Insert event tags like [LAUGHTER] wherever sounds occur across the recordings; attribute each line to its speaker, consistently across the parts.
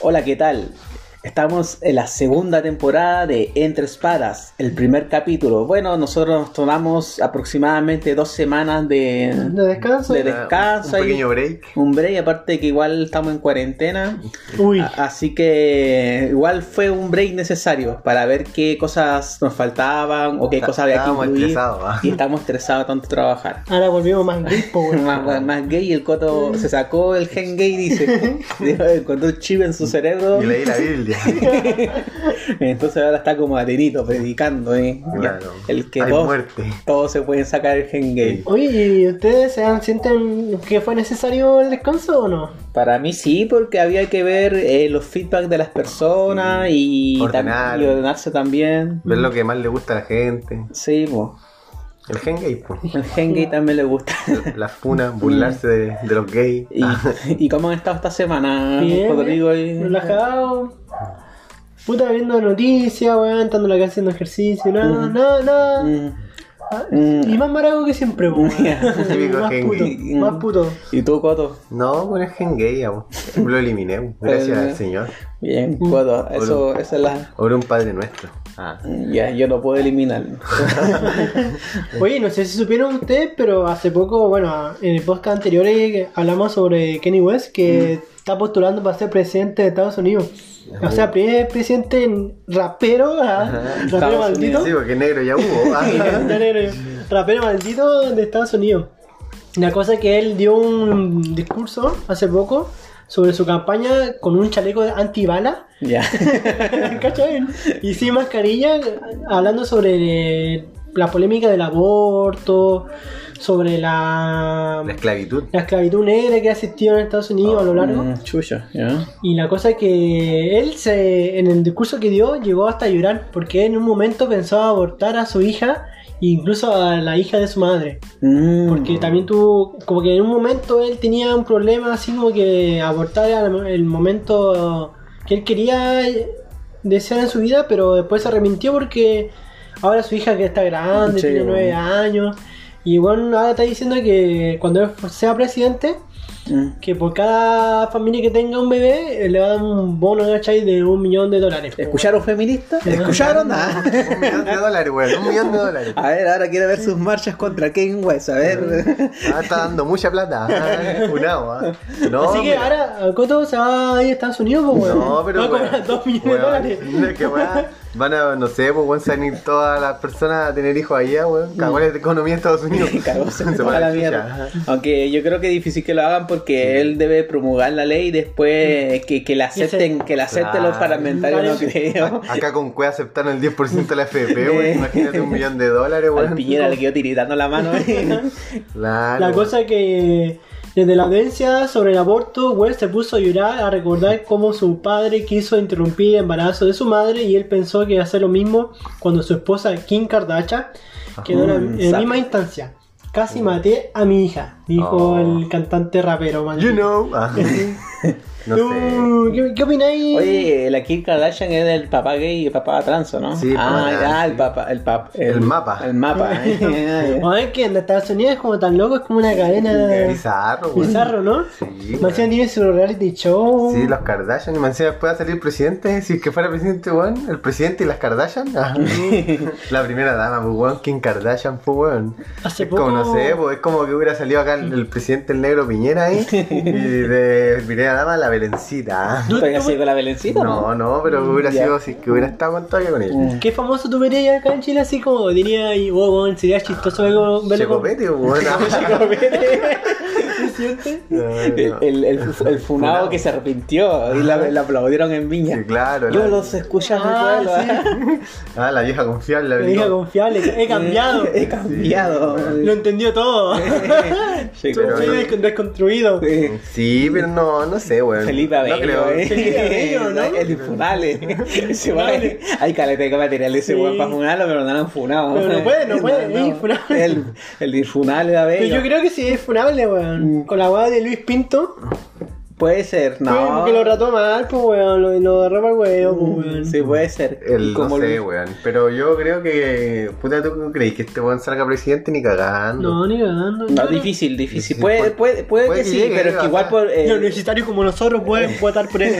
Speaker 1: Hola, ¿qué tal? Estamos en la segunda temporada de Entre Espadas, el primer capítulo. Bueno, nosotros nos tomamos aproximadamente dos semanas de,
Speaker 2: De descanso.
Speaker 1: de descanso.
Speaker 3: Ah, Un
Speaker 1: ahí,
Speaker 3: pequeño break.
Speaker 1: un break, aparte que igual estamos en cuarentena.
Speaker 2: Uy.
Speaker 1: A- Así que igual fue un break necesario para ver qué cosas nos faltaban o qué
Speaker 3: Está-
Speaker 1: cosas había que
Speaker 3: estábamos
Speaker 1: incluir.
Speaker 3: estresados, ¿ah?
Speaker 1: Y estamos estresados de tanto trabajar.
Speaker 2: Ahora volvimos más gripo, weón.
Speaker 1: Más, más- más gay, el coto se sacó el gen gay,
Speaker 3: [LAUGHS]
Speaker 1: dice. Dijo, Encontró un chip en su cerebro.
Speaker 3: Y leí la
Speaker 1: [LAUGHS]
Speaker 3: Biblia.
Speaker 1: Entonces ahora está como arenito predicando, ¿eh?
Speaker 3: claro.
Speaker 1: El que
Speaker 3: Hay
Speaker 1: todos,
Speaker 3: muerte.
Speaker 1: todos se pueden sacar el gen gay.
Speaker 2: Oye, ¿y ustedes se han- sienten que fue necesario el descanso o no?
Speaker 1: Para mí sí, porque había que ver eh, los feedback de las personas y, tam-
Speaker 3: Ordenar.
Speaker 1: y ordenarse también.
Speaker 3: Ver lo que más le gusta a la gente.
Speaker 1: Sí, po.
Speaker 3: El gen gay, po.
Speaker 1: el gen gay también le
Speaker 3: [LAUGHS]
Speaker 1: gusta.
Speaker 3: Las funas, burlarse de, de los gays. Ah,
Speaker 1: ¿Y, y cómo han estado esta semana,
Speaker 2: Bien,
Speaker 1: Ah, Rodrigo?
Speaker 2: bien, relajado. Puta, viendo noticias, weón, estando en la casa haciendo ejercicio, nada, nada, nada.
Speaker 1: Mm,
Speaker 2: Ah,
Speaker 1: Mm.
Speaker 2: Y más marago que siempre, weón.
Speaker 3: Típico
Speaker 2: más
Speaker 3: Henry.
Speaker 2: puto,
Speaker 1: Mm.
Speaker 2: más puto.
Speaker 1: ¿Y tú, Coto?
Speaker 3: No, bueno, es gen gay, po. Lo eliminé, po.
Speaker 1: [LAUGHS]
Speaker 3: gracias
Speaker 1: Eh,
Speaker 3: al Señor.
Speaker 1: Bien,
Speaker 2: Mm.
Speaker 1: Coto. Eso, esa es la...
Speaker 3: Ora un Padre Nuestro. Ah.
Speaker 1: Ya, yo no puedo eliminarlo.
Speaker 2: [LAUGHS] Oye, no sé si supieron ustedes, pero hace poco, bueno, en el podcast anterior eh, hablamos sobre Kenny West, que está postulando para ser presidente de Estados Unidos. O sea, primer presidente en- rapero, ah,
Speaker 1: Estados
Speaker 2: rapero [LAUGHS] maldito.
Speaker 3: Sí, porque
Speaker 1: [LAUGHS]
Speaker 3: negro ya hubo. Ah.
Speaker 2: rapero maldito de Estados Unidos. La cosa es que él dio un discurso hace poco sobre su campaña con un chaleco antibala.
Speaker 1: Ya.
Speaker 2: [LAUGHS] ¿Cachai? Y sin mascarilla, hablando sobre eh, la polémica del aborto, sobre la,
Speaker 3: La esclavitud.
Speaker 2: la esclavitud negra que ha existido en Estados Unidos a lo largo.
Speaker 1: Mm, chucho, ya.
Speaker 2: Y la cosa es que él se, en el discurso que dio llegó hasta llorar porque en un momento pensaba abortar a su hija e incluso a la hija de su madre.
Speaker 1: Mm.
Speaker 2: Porque también tuvo, como que en un momento él tenía un problema así como que abortar era el momento que él quería desear en su vida, pero después se arrepintió porque ahora su hija que está grande,
Speaker 1: Sí,
Speaker 2: tiene
Speaker 1: bueno.
Speaker 2: nueve años, y bueno, ahora está diciendo que cuando él sea presidente,
Speaker 1: Mm.
Speaker 2: que por cada familia que tenga un bebé eh, le va a dar un bono ¿cachai? de un millón de dólares.
Speaker 1: ¿Escucharon feministas? ¿Escucharon? Ah.
Speaker 3: Un millón de dólares, weón. Un millón de dólares.
Speaker 1: A ver, ahora quiero ver sus marchas contra Kane West. A ver. [LAUGHS]
Speaker 3: Ah, está dando mucha plata. Ah, funado, ah. No,
Speaker 2: Así que
Speaker 3: mira.
Speaker 2: ahora Coto se va a ir a Estados Unidos, pues, weón.
Speaker 3: No, pero.
Speaker 2: va a
Speaker 3: weón,
Speaker 2: cobrar dos millones
Speaker 3: weón,
Speaker 2: de
Speaker 3: [LAUGHS]
Speaker 2: dólares.
Speaker 3: mira que weón, Van a, no sé, pues van a salir todas las personas a tener hijos allá,
Speaker 2: Mm.
Speaker 3: weón. Cagó la economía de
Speaker 2: [LAUGHS]
Speaker 3: Estados Unidos.
Speaker 1: Cagó,
Speaker 3: [LAUGHS]
Speaker 1: se
Speaker 3: Se
Speaker 1: fue
Speaker 3: va
Speaker 1: a la
Speaker 3: chucha.
Speaker 1: mierda. Aunque yo creo que es difícil que lo hagan porque él debe promulgar la ley y después que, que la
Speaker 2: Ese-
Speaker 1: acepten, que la acepten
Speaker 3: Claro.
Speaker 1: los parlamentarios, no [LAUGHS]
Speaker 2: Parece-
Speaker 1: creo.
Speaker 3: Acá con Cue aceptaron el 10% de
Speaker 2: [LAUGHS]
Speaker 3: la FP, weón. Imagínate un millón de dólares,
Speaker 1: Al
Speaker 3: weón.
Speaker 1: Piñera le quedó tiritando la
Speaker 3: [LAUGHS]
Speaker 1: mano.
Speaker 3: Claro,
Speaker 2: La
Speaker 3: weón.
Speaker 2: cosa que desde la audiencia sobre el aborto, Wells se puso a llorar a recordar cómo su padre quiso interrumpir el embarazo de su madre y él pensó que iba a hacer lo mismo cuando su esposa Kim Kardashian quedó en la- en la
Speaker 1: sabe.
Speaker 2: misma instancia. Casi maté a mi hija, dijo
Speaker 3: Oh.
Speaker 2: el cantante rapero. man.
Speaker 3: You know. Ah. [LAUGHS]
Speaker 2: [LAUGHS]
Speaker 3: No sé.
Speaker 2: Tú, ¿Qué, qué
Speaker 1: [LAUGHS]
Speaker 2: opináis?
Speaker 1: Oye, la Kim Kardashian es del papá gay y papá trans, ¿o ¿no?
Speaker 3: Sí, el
Speaker 1: ah,
Speaker 3: papá trans,
Speaker 1: ah, el
Speaker 3: sí.
Speaker 1: papá. El, pap-
Speaker 3: El mapa.
Speaker 1: El
Speaker 3: [LAUGHS]
Speaker 1: mapa. [LAUGHS]
Speaker 2: A ver que en Estados Unidos es como tan loco, es como una cadena
Speaker 3: Bizarro, weón.
Speaker 2: bizarro, ¿no?
Speaker 3: Sí, weón.
Speaker 2: Marciano tiene su reality show.
Speaker 1: Uh.
Speaker 3: Sí, los Kardashian. Y más encima después va a salir presidente. Si es que fuera presidente, weón. El presidente y las
Speaker 1: [LAUGHS]
Speaker 3: Kardashian. Ajá. la primera dama, pues, weón. Kim Kardashian, pues, weón.
Speaker 2: Hace
Speaker 3: es como, no
Speaker 2: poco-
Speaker 3: sé, pues, es como que hubiera salido acá el, el presidente, el negro
Speaker 1: [LAUGHS]
Speaker 3: Piñera ahí. y de primera dama, la Belencita. ah.
Speaker 1: ¿Todavía sigue con la Belencita?
Speaker 3: No, no, pero hubiera
Speaker 1: Mm, Ya. Mm.
Speaker 3: sido si es que hubiera estado con todavía con ella.
Speaker 2: ¿Qué famoso tú verías acá en Chile? Así como diría, y, oh, weón, sería chistoso verlo, verlo con-
Speaker 1: [LAUGHS]
Speaker 3: Checopete, weón.
Speaker 2: ¿Qué sientes?
Speaker 3: [LAUGHS] No, no.
Speaker 1: [LAUGHS] El, el, el, el funado que se arrepintió y la, la aplaudieron en Viña.
Speaker 3: Sí, claro,
Speaker 1: Yo
Speaker 3: la-
Speaker 1: los escuché
Speaker 2: Ah,
Speaker 1: a mi pueblo.
Speaker 3: Ah, la vieja confiable, la
Speaker 2: Me diga
Speaker 3: verdad.
Speaker 2: confiable, he cambiado,
Speaker 1: He cambiado.
Speaker 2: lo entendió todo. [LAUGHS]
Speaker 1: Sí,
Speaker 3: pero-
Speaker 2: Soy des- desconstruido.
Speaker 1: Sí.
Speaker 3: Sí, pero no, no sé, weón.
Speaker 1: Felipe
Speaker 3: No
Speaker 1: Abello,
Speaker 3: creo.
Speaker 1: eh.
Speaker 2: Felipe Abello, ¿no?
Speaker 1: El infunable. Ese weón, Hay caleta de material de ese
Speaker 2: Sí.
Speaker 1: weón para funarlo, pero no lo han funado.
Speaker 2: Pero
Speaker 1: [LAUGHS]
Speaker 2: no puede, no puede, es infunable.
Speaker 1: El, el infunable de
Speaker 2: Pero
Speaker 1: Abello.
Speaker 2: yo creo que sí es funable, weón. Con la weá de Luis Pinto,
Speaker 1: Puede ser,
Speaker 2: Weón,
Speaker 1: no. Mm,
Speaker 2: porque lo trató mal, pues, weón. Lo, lo agarró para el huevo, pues, weón.
Speaker 1: Sí, puede ser.
Speaker 3: El,
Speaker 1: Como
Speaker 3: no sé,
Speaker 1: lo-
Speaker 3: weón. Pero yo creo que. Puta, ¿tú no crees que este weón salga presidente ni cagando?
Speaker 2: No, ni cagando.
Speaker 1: No,
Speaker 2: Yo
Speaker 1: difícil, difícil.
Speaker 3: Difícil,
Speaker 1: Puede,
Speaker 3: puede-
Speaker 1: puede, puede
Speaker 3: puede
Speaker 1: que
Speaker 3: que
Speaker 1: sí,
Speaker 3: llegue,
Speaker 1: pero es que
Speaker 3: ajá.
Speaker 1: igual por, eh,
Speaker 2: Los universitarios como nosotros pueden votar por él.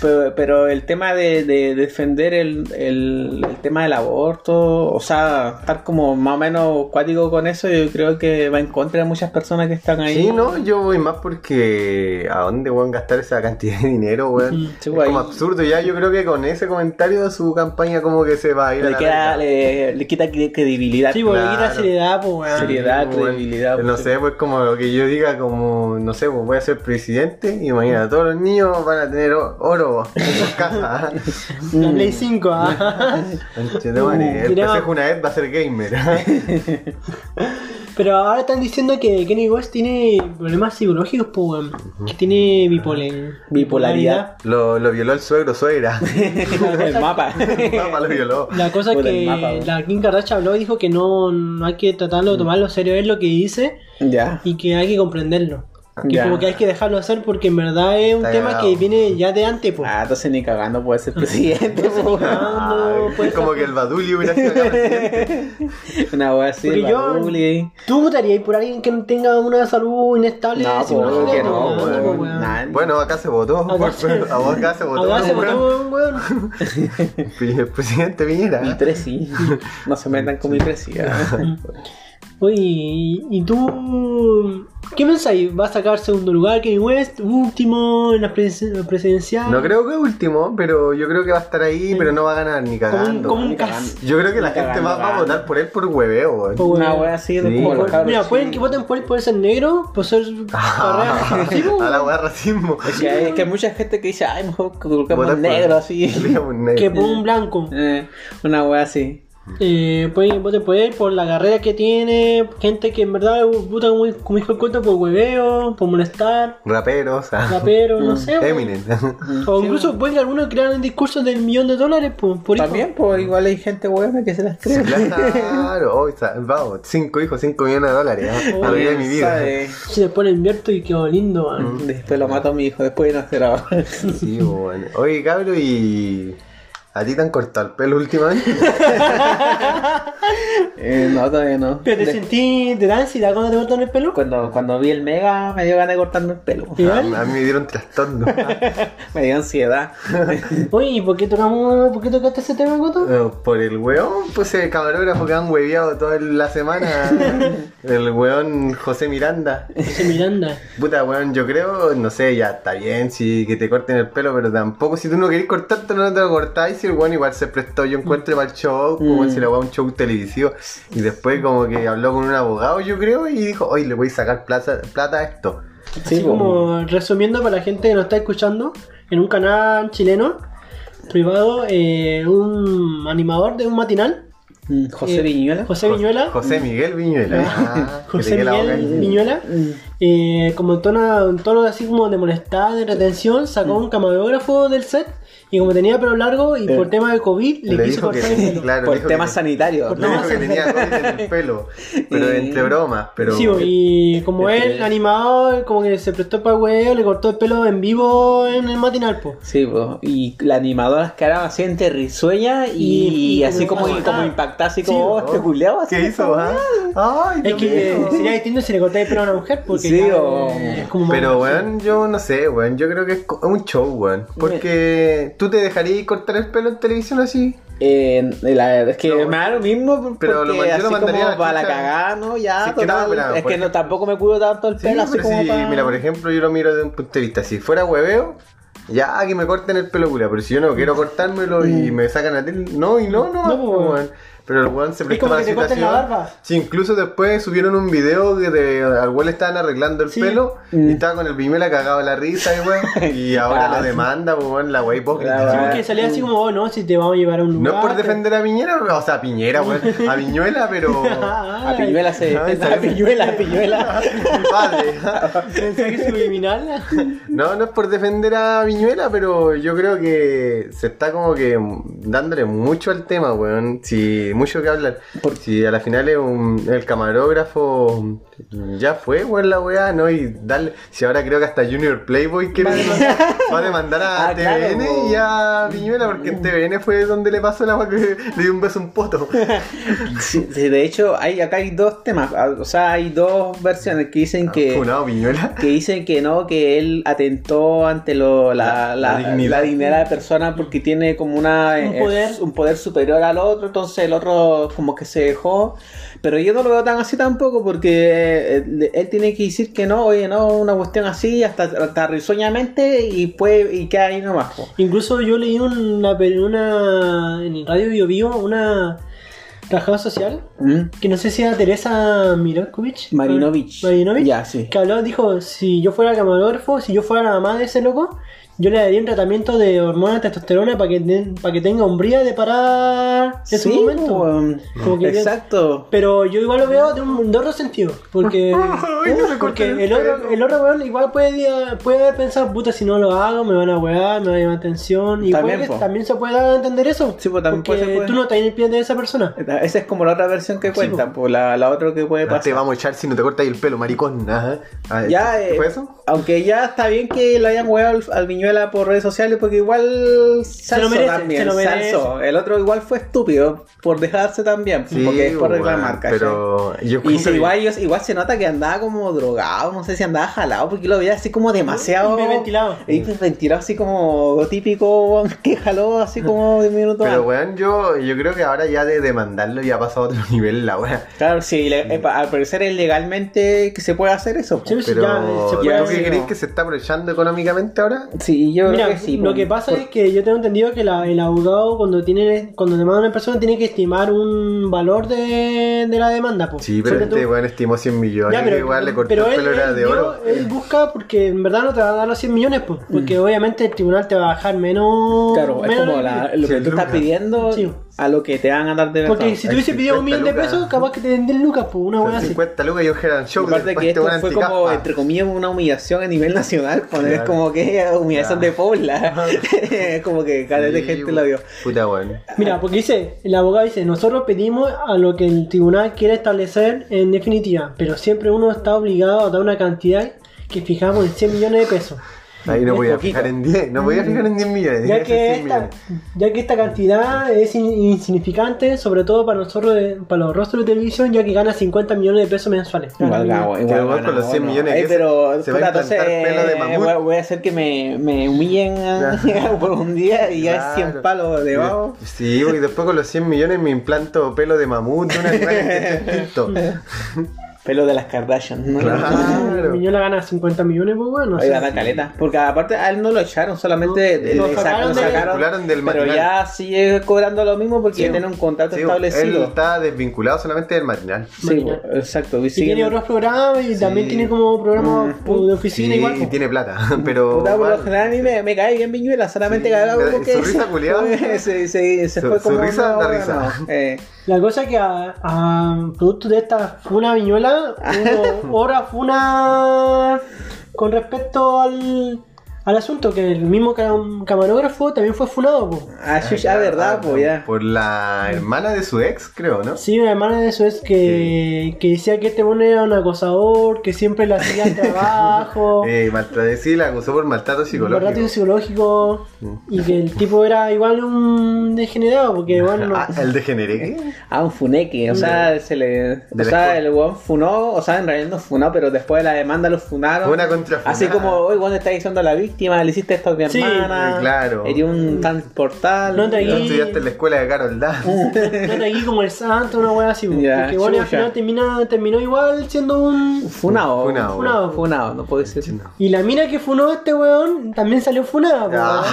Speaker 1: pero, pero el tema de, de defender el, el, el tema del aborto, o sea, estar como más o menos cuático con eso, yo creo que va en contra de muchas personas que están ahí.
Speaker 3: Sí, no, yo voy más porque. ¿A dónde, weón, gastar esa cantidad de dinero, weón?
Speaker 1: Sí, pues,
Speaker 3: es
Speaker 1: weón.
Speaker 3: como absurdo. Ya yo creo que con ese comentario su campaña como que se va a ir a
Speaker 1: Le,
Speaker 3: la
Speaker 1: queda,
Speaker 3: verga.
Speaker 1: le, le quita cre- credibilidad.
Speaker 2: Sí, weón, le quita
Speaker 3: Claro.
Speaker 2: seriedad, pues, weón.
Speaker 1: Seriedad,
Speaker 3: Bueno,
Speaker 1: credibilidad.
Speaker 3: No sé, pues como lo que yo diga, como, no sé, pues voy a ser presidente y mañana todos los niños van a tener o- oro en sus casas.
Speaker 1: [LAUGHS]
Speaker 2: La Play 5, ah.
Speaker 3: Conchetumare, el
Speaker 2: Mira.
Speaker 3: consejo una vez va a ser gamer. [LAUGHS]
Speaker 2: Pero ahora están diciendo que Kenny West tiene problemas psicológicos, pues, weón. Que tiene bipolar.
Speaker 1: Bipolaridad.
Speaker 3: lo, lo violó el suegro, suegra.
Speaker 2: pues.
Speaker 1: [LAUGHS] el mapa.
Speaker 3: [LAUGHS] Mamá lo violó.
Speaker 2: La cosa es
Speaker 1: Por el
Speaker 2: que
Speaker 1: mapa, weón.
Speaker 2: la Kim Kardashian habló y dijo que no, no hay que tratarlo, tomarlo serio, es lo que dice
Speaker 1: ya.
Speaker 2: y que hay que comprenderlo. Que
Speaker 1: Ya.
Speaker 2: como que hay que dejarlo hacer porque en verdad es un
Speaker 3: Está
Speaker 2: tema
Speaker 3: cagado.
Speaker 2: que viene ya de antes, pues.
Speaker 1: Ah, entonces ni cagando puede ser presidente. po.
Speaker 2: [LAUGHS] no,
Speaker 3: Ay,
Speaker 2: pues,
Speaker 3: como que el Badulio hubiera sido acá presidente.
Speaker 1: pues. [LAUGHS] Una wea así,
Speaker 2: Porque
Speaker 1: el
Speaker 2: yo-
Speaker 1: Baduli.
Speaker 2: ¿Tú votarías por alguien que no tenga una salud inestable?
Speaker 1: No,
Speaker 2: Si
Speaker 1: po,
Speaker 2: imagínate,
Speaker 1: que no,
Speaker 2: weón,
Speaker 3: weón.
Speaker 2: po, weón.
Speaker 1: Nadie.
Speaker 3: Bueno, acá se votó.
Speaker 1: [LAUGHS]
Speaker 2: Acá
Speaker 3: por-
Speaker 2: se-
Speaker 3: a vos acá se votó.
Speaker 2: Acá se
Speaker 3: weón.
Speaker 2: votó, weón.
Speaker 3: El presidente
Speaker 1: Mi
Speaker 3: Piñera.
Speaker 1: presi. No se metan con mi presi. ah.
Speaker 2: Oye, ¿y y tú qué pensáis? ¿Va a sacar segundo lugar Kanye West? ¿Último en las presidencial presidenciales?
Speaker 3: No creo que último, pero yo creo que va a estar ahí, pero no va a ganar ni
Speaker 2: Como un-
Speaker 3: cagando.
Speaker 2: como un
Speaker 1: Ni
Speaker 2: cas-
Speaker 1: cagando.
Speaker 3: Yo creo que la
Speaker 1: Ni
Speaker 3: gente va,
Speaker 1: cagando,
Speaker 3: va a
Speaker 1: cagando.
Speaker 3: votar por él por hueveo, weón. [LAUGHS]
Speaker 2: Po,
Speaker 1: Una
Speaker 2: weón.
Speaker 1: wea así,
Speaker 3: Sí,
Speaker 1: como los
Speaker 3: weón.
Speaker 1: cabros
Speaker 2: Pues, Mira, pueden que
Speaker 1: chicos.
Speaker 2: voten por él por ser negro, por ser
Speaker 3: [LAUGHS]
Speaker 2: carrera. Sí, po,
Speaker 3: Ah. A la weá racismo.
Speaker 1: Es que, hay, es que hay mucha gente que dice, ay, mejor colocamos
Speaker 3: Votar por-
Speaker 1: negro
Speaker 3: [LAUGHS]
Speaker 1: así.
Speaker 3: Digamos, negro.
Speaker 2: que por un blanco.
Speaker 1: Eh, una wea así.
Speaker 2: Eh, pueden que voten por él por la carrera que tiene. Gente que en verdad vota como, como hijo de cuento por hueveo, por molestar,
Speaker 3: Raperos, ah,
Speaker 2: rapero, no sé. po.
Speaker 3: Eminem.
Speaker 2: O incluso pueden que algunos crean discursos del millón de dólares po, por hijo.
Speaker 1: También, pues igual hay gente buena que se las cree. [LAUGHS]
Speaker 3: Claro, hoy está, vamos, cinco hijos, cinco millones de dólares. ah, La vida de mi vida.
Speaker 1: Sabe.
Speaker 2: Si después lo invierto y quedó lindo. man.
Speaker 3: Mm.
Speaker 1: Después lo mato a mi hijo, después no será.
Speaker 3: Sí, bueno. Oye, cabro, y. ¿A ti te han cortado el pelo últimamente?
Speaker 1: [LAUGHS] Eh, no, todavía no.
Speaker 2: Pero te
Speaker 1: De-
Speaker 2: sentí de ansiedad cuando te cortaron el pelo.
Speaker 1: cuando, cuando vi el mega me dio ganas de cortarme el pelo. [LAUGHS]
Speaker 3: A,
Speaker 2: Igual.
Speaker 3: a mí me dieron trastorno.
Speaker 1: Me dio ansiedad.
Speaker 2: Oye, ¿y por qué tocamos, por qué tocaste ese tema, Coto?
Speaker 3: Eh, Por el weón, pues el camarógrafo que han hueviado toda la semana. El weón José Miranda.
Speaker 2: José Miranda.
Speaker 3: Puta, weón, yo creo, no sé, ya está bien si que te corten el pelo, pero tampoco si tú no querés cortarte, no te lo cortáis. Y el weón igual se prestó, yo encuentro para el show, como si le va a un show televisivo. Y después, como que habló con un abogado, yo creo, y dijo, oye, le voy a sacar plata, plata a esto.
Speaker 2: Así como resumiendo para la gente que nos está escuchando, en un canal chileno privado, eh, un animador de un matinal,
Speaker 1: Mm, José
Speaker 2: Eh,
Speaker 1: Viñuela.
Speaker 2: José Viñuela.
Speaker 3: José Miguel Viñuela. Ah, que le
Speaker 2: José
Speaker 3: quede la boca
Speaker 2: Miguel
Speaker 3: llena.
Speaker 2: Viñuela,
Speaker 1: Mm.
Speaker 2: eh, como en tono, en tono así como de molestada, de retención, sacó un camarógrafo del set y como tenía pelo largo y
Speaker 1: Eh,
Speaker 2: por tema de COVID le,
Speaker 3: Le
Speaker 2: quiso
Speaker 3: dijo que
Speaker 2: cortar el
Speaker 3: sí,
Speaker 2: pelo.
Speaker 3: claro. le
Speaker 1: Por
Speaker 3: dijo
Speaker 1: temas
Speaker 3: que-
Speaker 1: sanitarios.
Speaker 2: Por-
Speaker 3: Le dijo que tenía COVID en el pelo, pero
Speaker 1: Eh.
Speaker 3: entre bromas, pero...
Speaker 2: Sí, y como
Speaker 1: Este-
Speaker 2: él animador, como que se prestó para huevo, le cortó el pelo en vivo en el matinal, po.
Speaker 1: Sí, po. y la animadora quedaba así entre risueña y,
Speaker 2: Y- y
Speaker 1: así
Speaker 2: como ah.
Speaker 1: como,
Speaker 2: impactada.
Speaker 1: como impactada, así
Speaker 2: Sí,
Speaker 1: como, oh,
Speaker 3: ¿no?
Speaker 1: este culeado así.
Speaker 3: ¿Qué hizo, ah? Ay,
Speaker 2: Es
Speaker 3: Dios
Speaker 2: que eh,
Speaker 3: mío.
Speaker 2: sería distinto si le cortáis el pelo a una mujer, porque
Speaker 1: Sí,
Speaker 2: ya,
Speaker 1: o-
Speaker 2: eh, es como
Speaker 3: Pero,
Speaker 2: más-
Speaker 3: weón, yo no sé, weón. Yo creo que es co- un show, weón. Porque tú te dejarías cortar el pelo en televisión así.
Speaker 1: Eh, la verdad es que
Speaker 3: Pero-
Speaker 1: me da lo mismo,
Speaker 3: pero lo
Speaker 1: porque
Speaker 3: man- yo lo
Speaker 1: así
Speaker 3: mandaría a
Speaker 1: como
Speaker 3: la
Speaker 1: para la
Speaker 3: chucha.
Speaker 1: cagada, ¿no? Ya,
Speaker 3: Sí, es que
Speaker 1: total,
Speaker 3: no, mira,
Speaker 1: es
Speaker 3: por
Speaker 1: que no,
Speaker 3: ejemplo-
Speaker 1: tampoco me cuido tanto el
Speaker 3: Sí,
Speaker 1: pelo, así
Speaker 3: pero
Speaker 1: como
Speaker 3: si,
Speaker 1: para...
Speaker 3: mira, por ejemplo, yo lo miro desde un punto de vista. Si fuera hueveo, ya que me corten el pelo, culia. Pero si yo no quiero cortármelo y me sacan la tele, no, y no, no,
Speaker 2: Mm. No, pues, weón.
Speaker 3: weón. Pero el weón se prestó
Speaker 2: como
Speaker 3: para la
Speaker 2: que te corten
Speaker 3: situación.
Speaker 2: la barba.
Speaker 3: Sí, incluso después subieron un video de, de- al weón le estaban arreglando el
Speaker 2: Sí. Mm.
Speaker 3: pelo y estaba con el pimela cagado la risa, y weón.
Speaker 2: [LAUGHS]
Speaker 3: Y ahora
Speaker 1: Ah,
Speaker 3: la
Speaker 1: sí.
Speaker 3: demanda, pues, weón, la wey hipócrita.
Speaker 1: La
Speaker 2: Sí,
Speaker 3: weón.
Speaker 2: porque salía así como, oh, no, si te vamos a llevar a un lugar.
Speaker 3: No es por
Speaker 2: te-
Speaker 3: defender a Piñera, o sea, a Piñera, weón, a Viñuela,
Speaker 2: [LAUGHS]
Speaker 3: pero. [LAUGHS]
Speaker 2: Ah,
Speaker 1: A Piñuela se...
Speaker 3: Ay,
Speaker 1: [LAUGHS] a Piñuela, a Piñuela.
Speaker 3: Vale.
Speaker 2: Mensaje subliminal. [LAUGHS]
Speaker 3: No, no es por defender a Viñuela, pero yo creo que se está como que dándole mucho al tema, weón. Sí, mucho que hablar.
Speaker 1: Por-
Speaker 3: Si a la final es un, el camarógrafo Ya fue, weón, la weá, ¿no? Y dale. Si ahora creo que hasta Junior Playboy quiere demandar- va a demandar
Speaker 1: [LAUGHS]
Speaker 3: a
Speaker 1: Ah, claro,
Speaker 3: TVN y a Viñuela, porque en TVN fue donde le pasó la weá que le dio un beso a un
Speaker 1: [LAUGHS]
Speaker 3: poto.
Speaker 1: Sí, sí, de hecho, hay, acá hay dos temas, ah, o sea, hay dos versiones que
Speaker 3: Ah,
Speaker 1: dicen que,
Speaker 3: Funado, Viñuela.
Speaker 1: que dicen que no, que él atentó ante lo- la,
Speaker 3: La-
Speaker 1: la-
Speaker 3: la dignidad.
Speaker 1: la dignidad de la persona porque tiene como una
Speaker 2: Un
Speaker 1: eh,
Speaker 2: poder.
Speaker 1: un poder superior al otro, entonces el otro como que se dejó, pero yo no lo veo tan así tampoco porque eh, él, él tiene que decir que no, oye, no, una cuestión así, hasta, hasta risueñamente y puede y queda ahí nomás. po.
Speaker 2: Incluso yo leí una, pe- una en el radio Bio Bio, una trabajadora social,
Speaker 1: ¿Mm?
Speaker 2: que no sé si era Teresa Milankovic.
Speaker 1: Marinovich.
Speaker 2: Ah, Marinovich.
Speaker 1: Ya, sí.
Speaker 2: Que habló, dijo, si yo fuera camarógrafo, si yo fuera la mamá de ese loco, yo le daría un tratamiento de hormona testosterona para que, ten- para que tenga hombría de parar en su
Speaker 1: Sí,
Speaker 2: momento.
Speaker 1: weón.
Speaker 2: Como que-
Speaker 1: Exacto.
Speaker 2: Pero yo igual lo veo de, un, de otro sentido.
Speaker 1: [LAUGHS]
Speaker 2: Porque, uh,
Speaker 3: Ay, no me
Speaker 2: porque
Speaker 3: cortes
Speaker 2: el,
Speaker 3: el
Speaker 2: otro,
Speaker 3: pelo.
Speaker 2: el otro weón igual puede, puede haber pensado, puta, si no lo hago, me van a wear, me van a llamar atención. Y
Speaker 1: También,
Speaker 2: puede que
Speaker 1: po.
Speaker 2: también se puede dar a entender eso.
Speaker 1: Sí, po, también
Speaker 2: porque
Speaker 1: puede- pues. puede.
Speaker 2: tú no estás en el pie de esa persona.
Speaker 1: Esa es como la otra versión que cuentan, pues la, la otra que puede
Speaker 3: Te
Speaker 1: pasar.
Speaker 3: vamos a echar si no te cortas ahí el pelo, maricón. Ajá. A ver,
Speaker 1: Ya,
Speaker 3: ¿qué
Speaker 1: eh,
Speaker 3: ¿Fue eso?
Speaker 1: Aunque ya está bien que lo hayan weado al, al Viñuela por redes sociales, porque igual Salso
Speaker 2: lo merece,
Speaker 1: también,
Speaker 2: se lo merece.
Speaker 1: Salso. El otro igual fue estúpido por dejarse también, porque es por
Speaker 3: weón,
Speaker 1: reclamar, ¿cachai?
Speaker 3: Pero yo
Speaker 1: Y
Speaker 3: cuento
Speaker 1: si
Speaker 3: que-
Speaker 1: igual, yo- igual se nota que andaba como drogado, no sé si andaba jalado, porque lo veía así como demasiado.
Speaker 2: Hiperventilado.
Speaker 1: Hiperventilado, así como típico, weón, [LAUGHS] que jaló así como de minuto
Speaker 3: Pero
Speaker 1: antes.
Speaker 3: weón, yo, yo creo que ahora ya de demandarlo ya ha pasado a otro [LAUGHS] nivel la weá.
Speaker 1: Claro, sí, le- eh, pa- al parecer es legalmente que se puede hacer eso. po.
Speaker 2: Sí, sí,
Speaker 3: Pero
Speaker 2: ya, se
Speaker 3: ¿tú
Speaker 2: puede
Speaker 1: ya,
Speaker 3: qué
Speaker 2: hacer.
Speaker 1: sí,
Speaker 3: crees
Speaker 1: no.
Speaker 3: que se está aprovechando económicamente ahora?
Speaker 1: Sí, yo
Speaker 2: Mira,
Speaker 1: creo que sí.
Speaker 2: lo
Speaker 1: po.
Speaker 2: que pasa es que yo tengo entendido que la- el abogado cuando tiene cuando demanda a una persona tiene que estimar un valor de, de la demanda. po.
Speaker 3: Sí, pero
Speaker 2: Porque
Speaker 3: este
Speaker 2: tú-
Speaker 3: weón estimó 100 millones.
Speaker 2: Ya, pero,
Speaker 3: igual le cortó
Speaker 2: pero
Speaker 3: el
Speaker 2: él,
Speaker 3: pelo era
Speaker 2: él
Speaker 3: de
Speaker 2: dio-
Speaker 3: oro.
Speaker 2: él busca porque en verdad no te va a dar los 100 millones, pues, porque obviamente el tribunal te va a bajar menos.
Speaker 1: Mm. Claro, es
Speaker 2: menos-
Speaker 1: como la- lo que
Speaker 3: Sí,
Speaker 1: tú estás
Speaker 3: lucas.
Speaker 1: pidiendo
Speaker 2: Sí.
Speaker 1: a lo que te van a dar de verdad.
Speaker 2: Porque si
Speaker 3: Hay
Speaker 2: tú hubiese pedido un
Speaker 3: 50
Speaker 2: millón de
Speaker 3: lucas.
Speaker 2: pesos, capaz que te den 10 lucas, pues, una buena así.
Speaker 3: 50 lucas y un Gerard
Speaker 1: Y
Speaker 3: Show.
Speaker 1: aparte
Speaker 3: después
Speaker 1: que
Speaker 3: este
Speaker 1: esto
Speaker 3: weón
Speaker 1: fue como,
Speaker 3: anticapa.
Speaker 1: entre comillas, una humillación a nivel nacional, pues, es
Speaker 3: Claro.
Speaker 1: como que humillación de
Speaker 3: Claro.
Speaker 1: Pobla, Es [LAUGHS] como que cada vez de
Speaker 3: Sí,
Speaker 1: gente
Speaker 3: weón.
Speaker 1: la vio.
Speaker 3: Puta weón.
Speaker 2: Mira, porque dice, el abogado dice, nosotros pedimos a lo que el tribunal quiere establecer en definitiva, pero siempre uno está obligado a dar una cantidad que fijamos en 100 millones de pesos.
Speaker 3: Ahí no
Speaker 1: Es
Speaker 3: voy a
Speaker 1: poquito.
Speaker 3: fijar en 10. No voy a fijar en 10 millones.
Speaker 2: Ya
Speaker 3: tenía ser
Speaker 2: que,
Speaker 3: 100
Speaker 2: esta,
Speaker 3: millones.
Speaker 2: ya que esta cantidad es in- insignificante, sobre todo para nosotros, de- para los rostros de televisión, ya que gana 50 millones de pesos mensuales.
Speaker 1: Igual gabo,
Speaker 3: Pero
Speaker 1: igual
Speaker 3: igual con los
Speaker 1: gabo,
Speaker 3: 100
Speaker 1: no.
Speaker 3: millones
Speaker 1: Ay,
Speaker 3: que se-
Speaker 1: pero
Speaker 3: se va a
Speaker 1: puta,
Speaker 3: implantar
Speaker 1: entonces,
Speaker 3: pelo de mamut.
Speaker 1: voy, voy a hacer que me, me humillen [LAUGHS] por un día y ya es 100
Speaker 3: Claro.
Speaker 1: palos de vago.
Speaker 3: Sí, y después con los 100 millones me implanto pelo de mamut de un [LAUGHS] animal que esté extinto.
Speaker 1: Pelo de las Kardashian. ¿no?
Speaker 3: Ah,
Speaker 2: Ah,
Speaker 3: Claro.
Speaker 2: Miñola gana 50 millones, pues bueno. o
Speaker 1: Oiga,
Speaker 2: sea,
Speaker 1: la caleta. Porque aparte a él no lo echaron, solamente
Speaker 2: No,
Speaker 1: le-
Speaker 2: lo
Speaker 1: le sacaron,
Speaker 2: sacaron de-
Speaker 1: sacaron,
Speaker 3: Vincularon del
Speaker 1: Pero
Speaker 3: matinal.
Speaker 1: ya sigue cobrando lo mismo porque
Speaker 3: Sí,
Speaker 1: ya tiene un contrato
Speaker 3: Sí,
Speaker 1: establecido.
Speaker 3: Él está desvinculado solamente del matinal.
Speaker 1: Sí,
Speaker 2: Matinal.
Speaker 1: bo, exacto.
Speaker 2: y tiene otros programas y también tiene como programa
Speaker 1: Mm.
Speaker 2: de oficina
Speaker 3: Sí,
Speaker 2: igual.
Speaker 3: y
Speaker 2: pues.
Speaker 3: tiene plata, [LAUGHS] pero.
Speaker 1: Puta, por lo
Speaker 3: bueno,
Speaker 1: general a mí me, me cae bien Viñuela, solamente
Speaker 3: Sí,
Speaker 1: cada vez
Speaker 3: me-
Speaker 1: como que [LAUGHS]
Speaker 3: su risa
Speaker 1: se-
Speaker 3: culiao.
Speaker 1: se, se- se
Speaker 3: Su-
Speaker 1: fue
Speaker 3: su
Speaker 1: como
Speaker 3: risa
Speaker 1: una
Speaker 3: da
Speaker 1: hora,
Speaker 3: risa.
Speaker 1: no, eh,
Speaker 2: La cosa es que a, a producto de esta funa viñola,
Speaker 3: [LAUGHS]
Speaker 2: hubo otra funa con respecto al, al asunto, que el mismo cam- camarógrafo también fue funado. pues.
Speaker 1: ah, sí, ya, verdad, pues ya.
Speaker 3: Por la hermana de su ex, creo, ¿no?
Speaker 2: Sí, una hermana de eso es que, que decía que este bueno era un acosador, que siempre le hacía
Speaker 3: [LAUGHS]
Speaker 2: el trabajo,
Speaker 3: Eh, maltrato, sí, la acusó por maltrato
Speaker 2: maltrato
Speaker 3: psicológico. Mm.
Speaker 2: psicológico, y que el tipo era igual un degenerado,
Speaker 3: [LAUGHS]
Speaker 2: porque bueno,
Speaker 3: Ah, el degeneré.
Speaker 1: Ah, un funeque, o sea, se le. O
Speaker 3: De la
Speaker 1: sea,
Speaker 3: escuela.
Speaker 1: el weón funó, o sea, en realidad no funó, pero después de la demanda lo funaron.
Speaker 3: Fue una contrafunada.
Speaker 1: Así como, oye, weón, estás diciendo a la víctima, le hiciste esto a mi
Speaker 2: Sí,
Speaker 1: hermana.
Speaker 3: eh, claro.
Speaker 1: Eres un tan portal.
Speaker 2: No te-
Speaker 3: No estudiaste en la escuela de Carol Dance.
Speaker 2: trata aquí como el santo, una wea así,
Speaker 1: Ya,
Speaker 2: porque bueno, al
Speaker 1: chucha.
Speaker 2: final termina, terminó igual siendo un
Speaker 1: Funado.
Speaker 3: Funado.
Speaker 1: Funado, funado, no puede ser.
Speaker 2: Y la mina que funó a este weón también salió funada, po,
Speaker 3: [LAUGHS] Ah,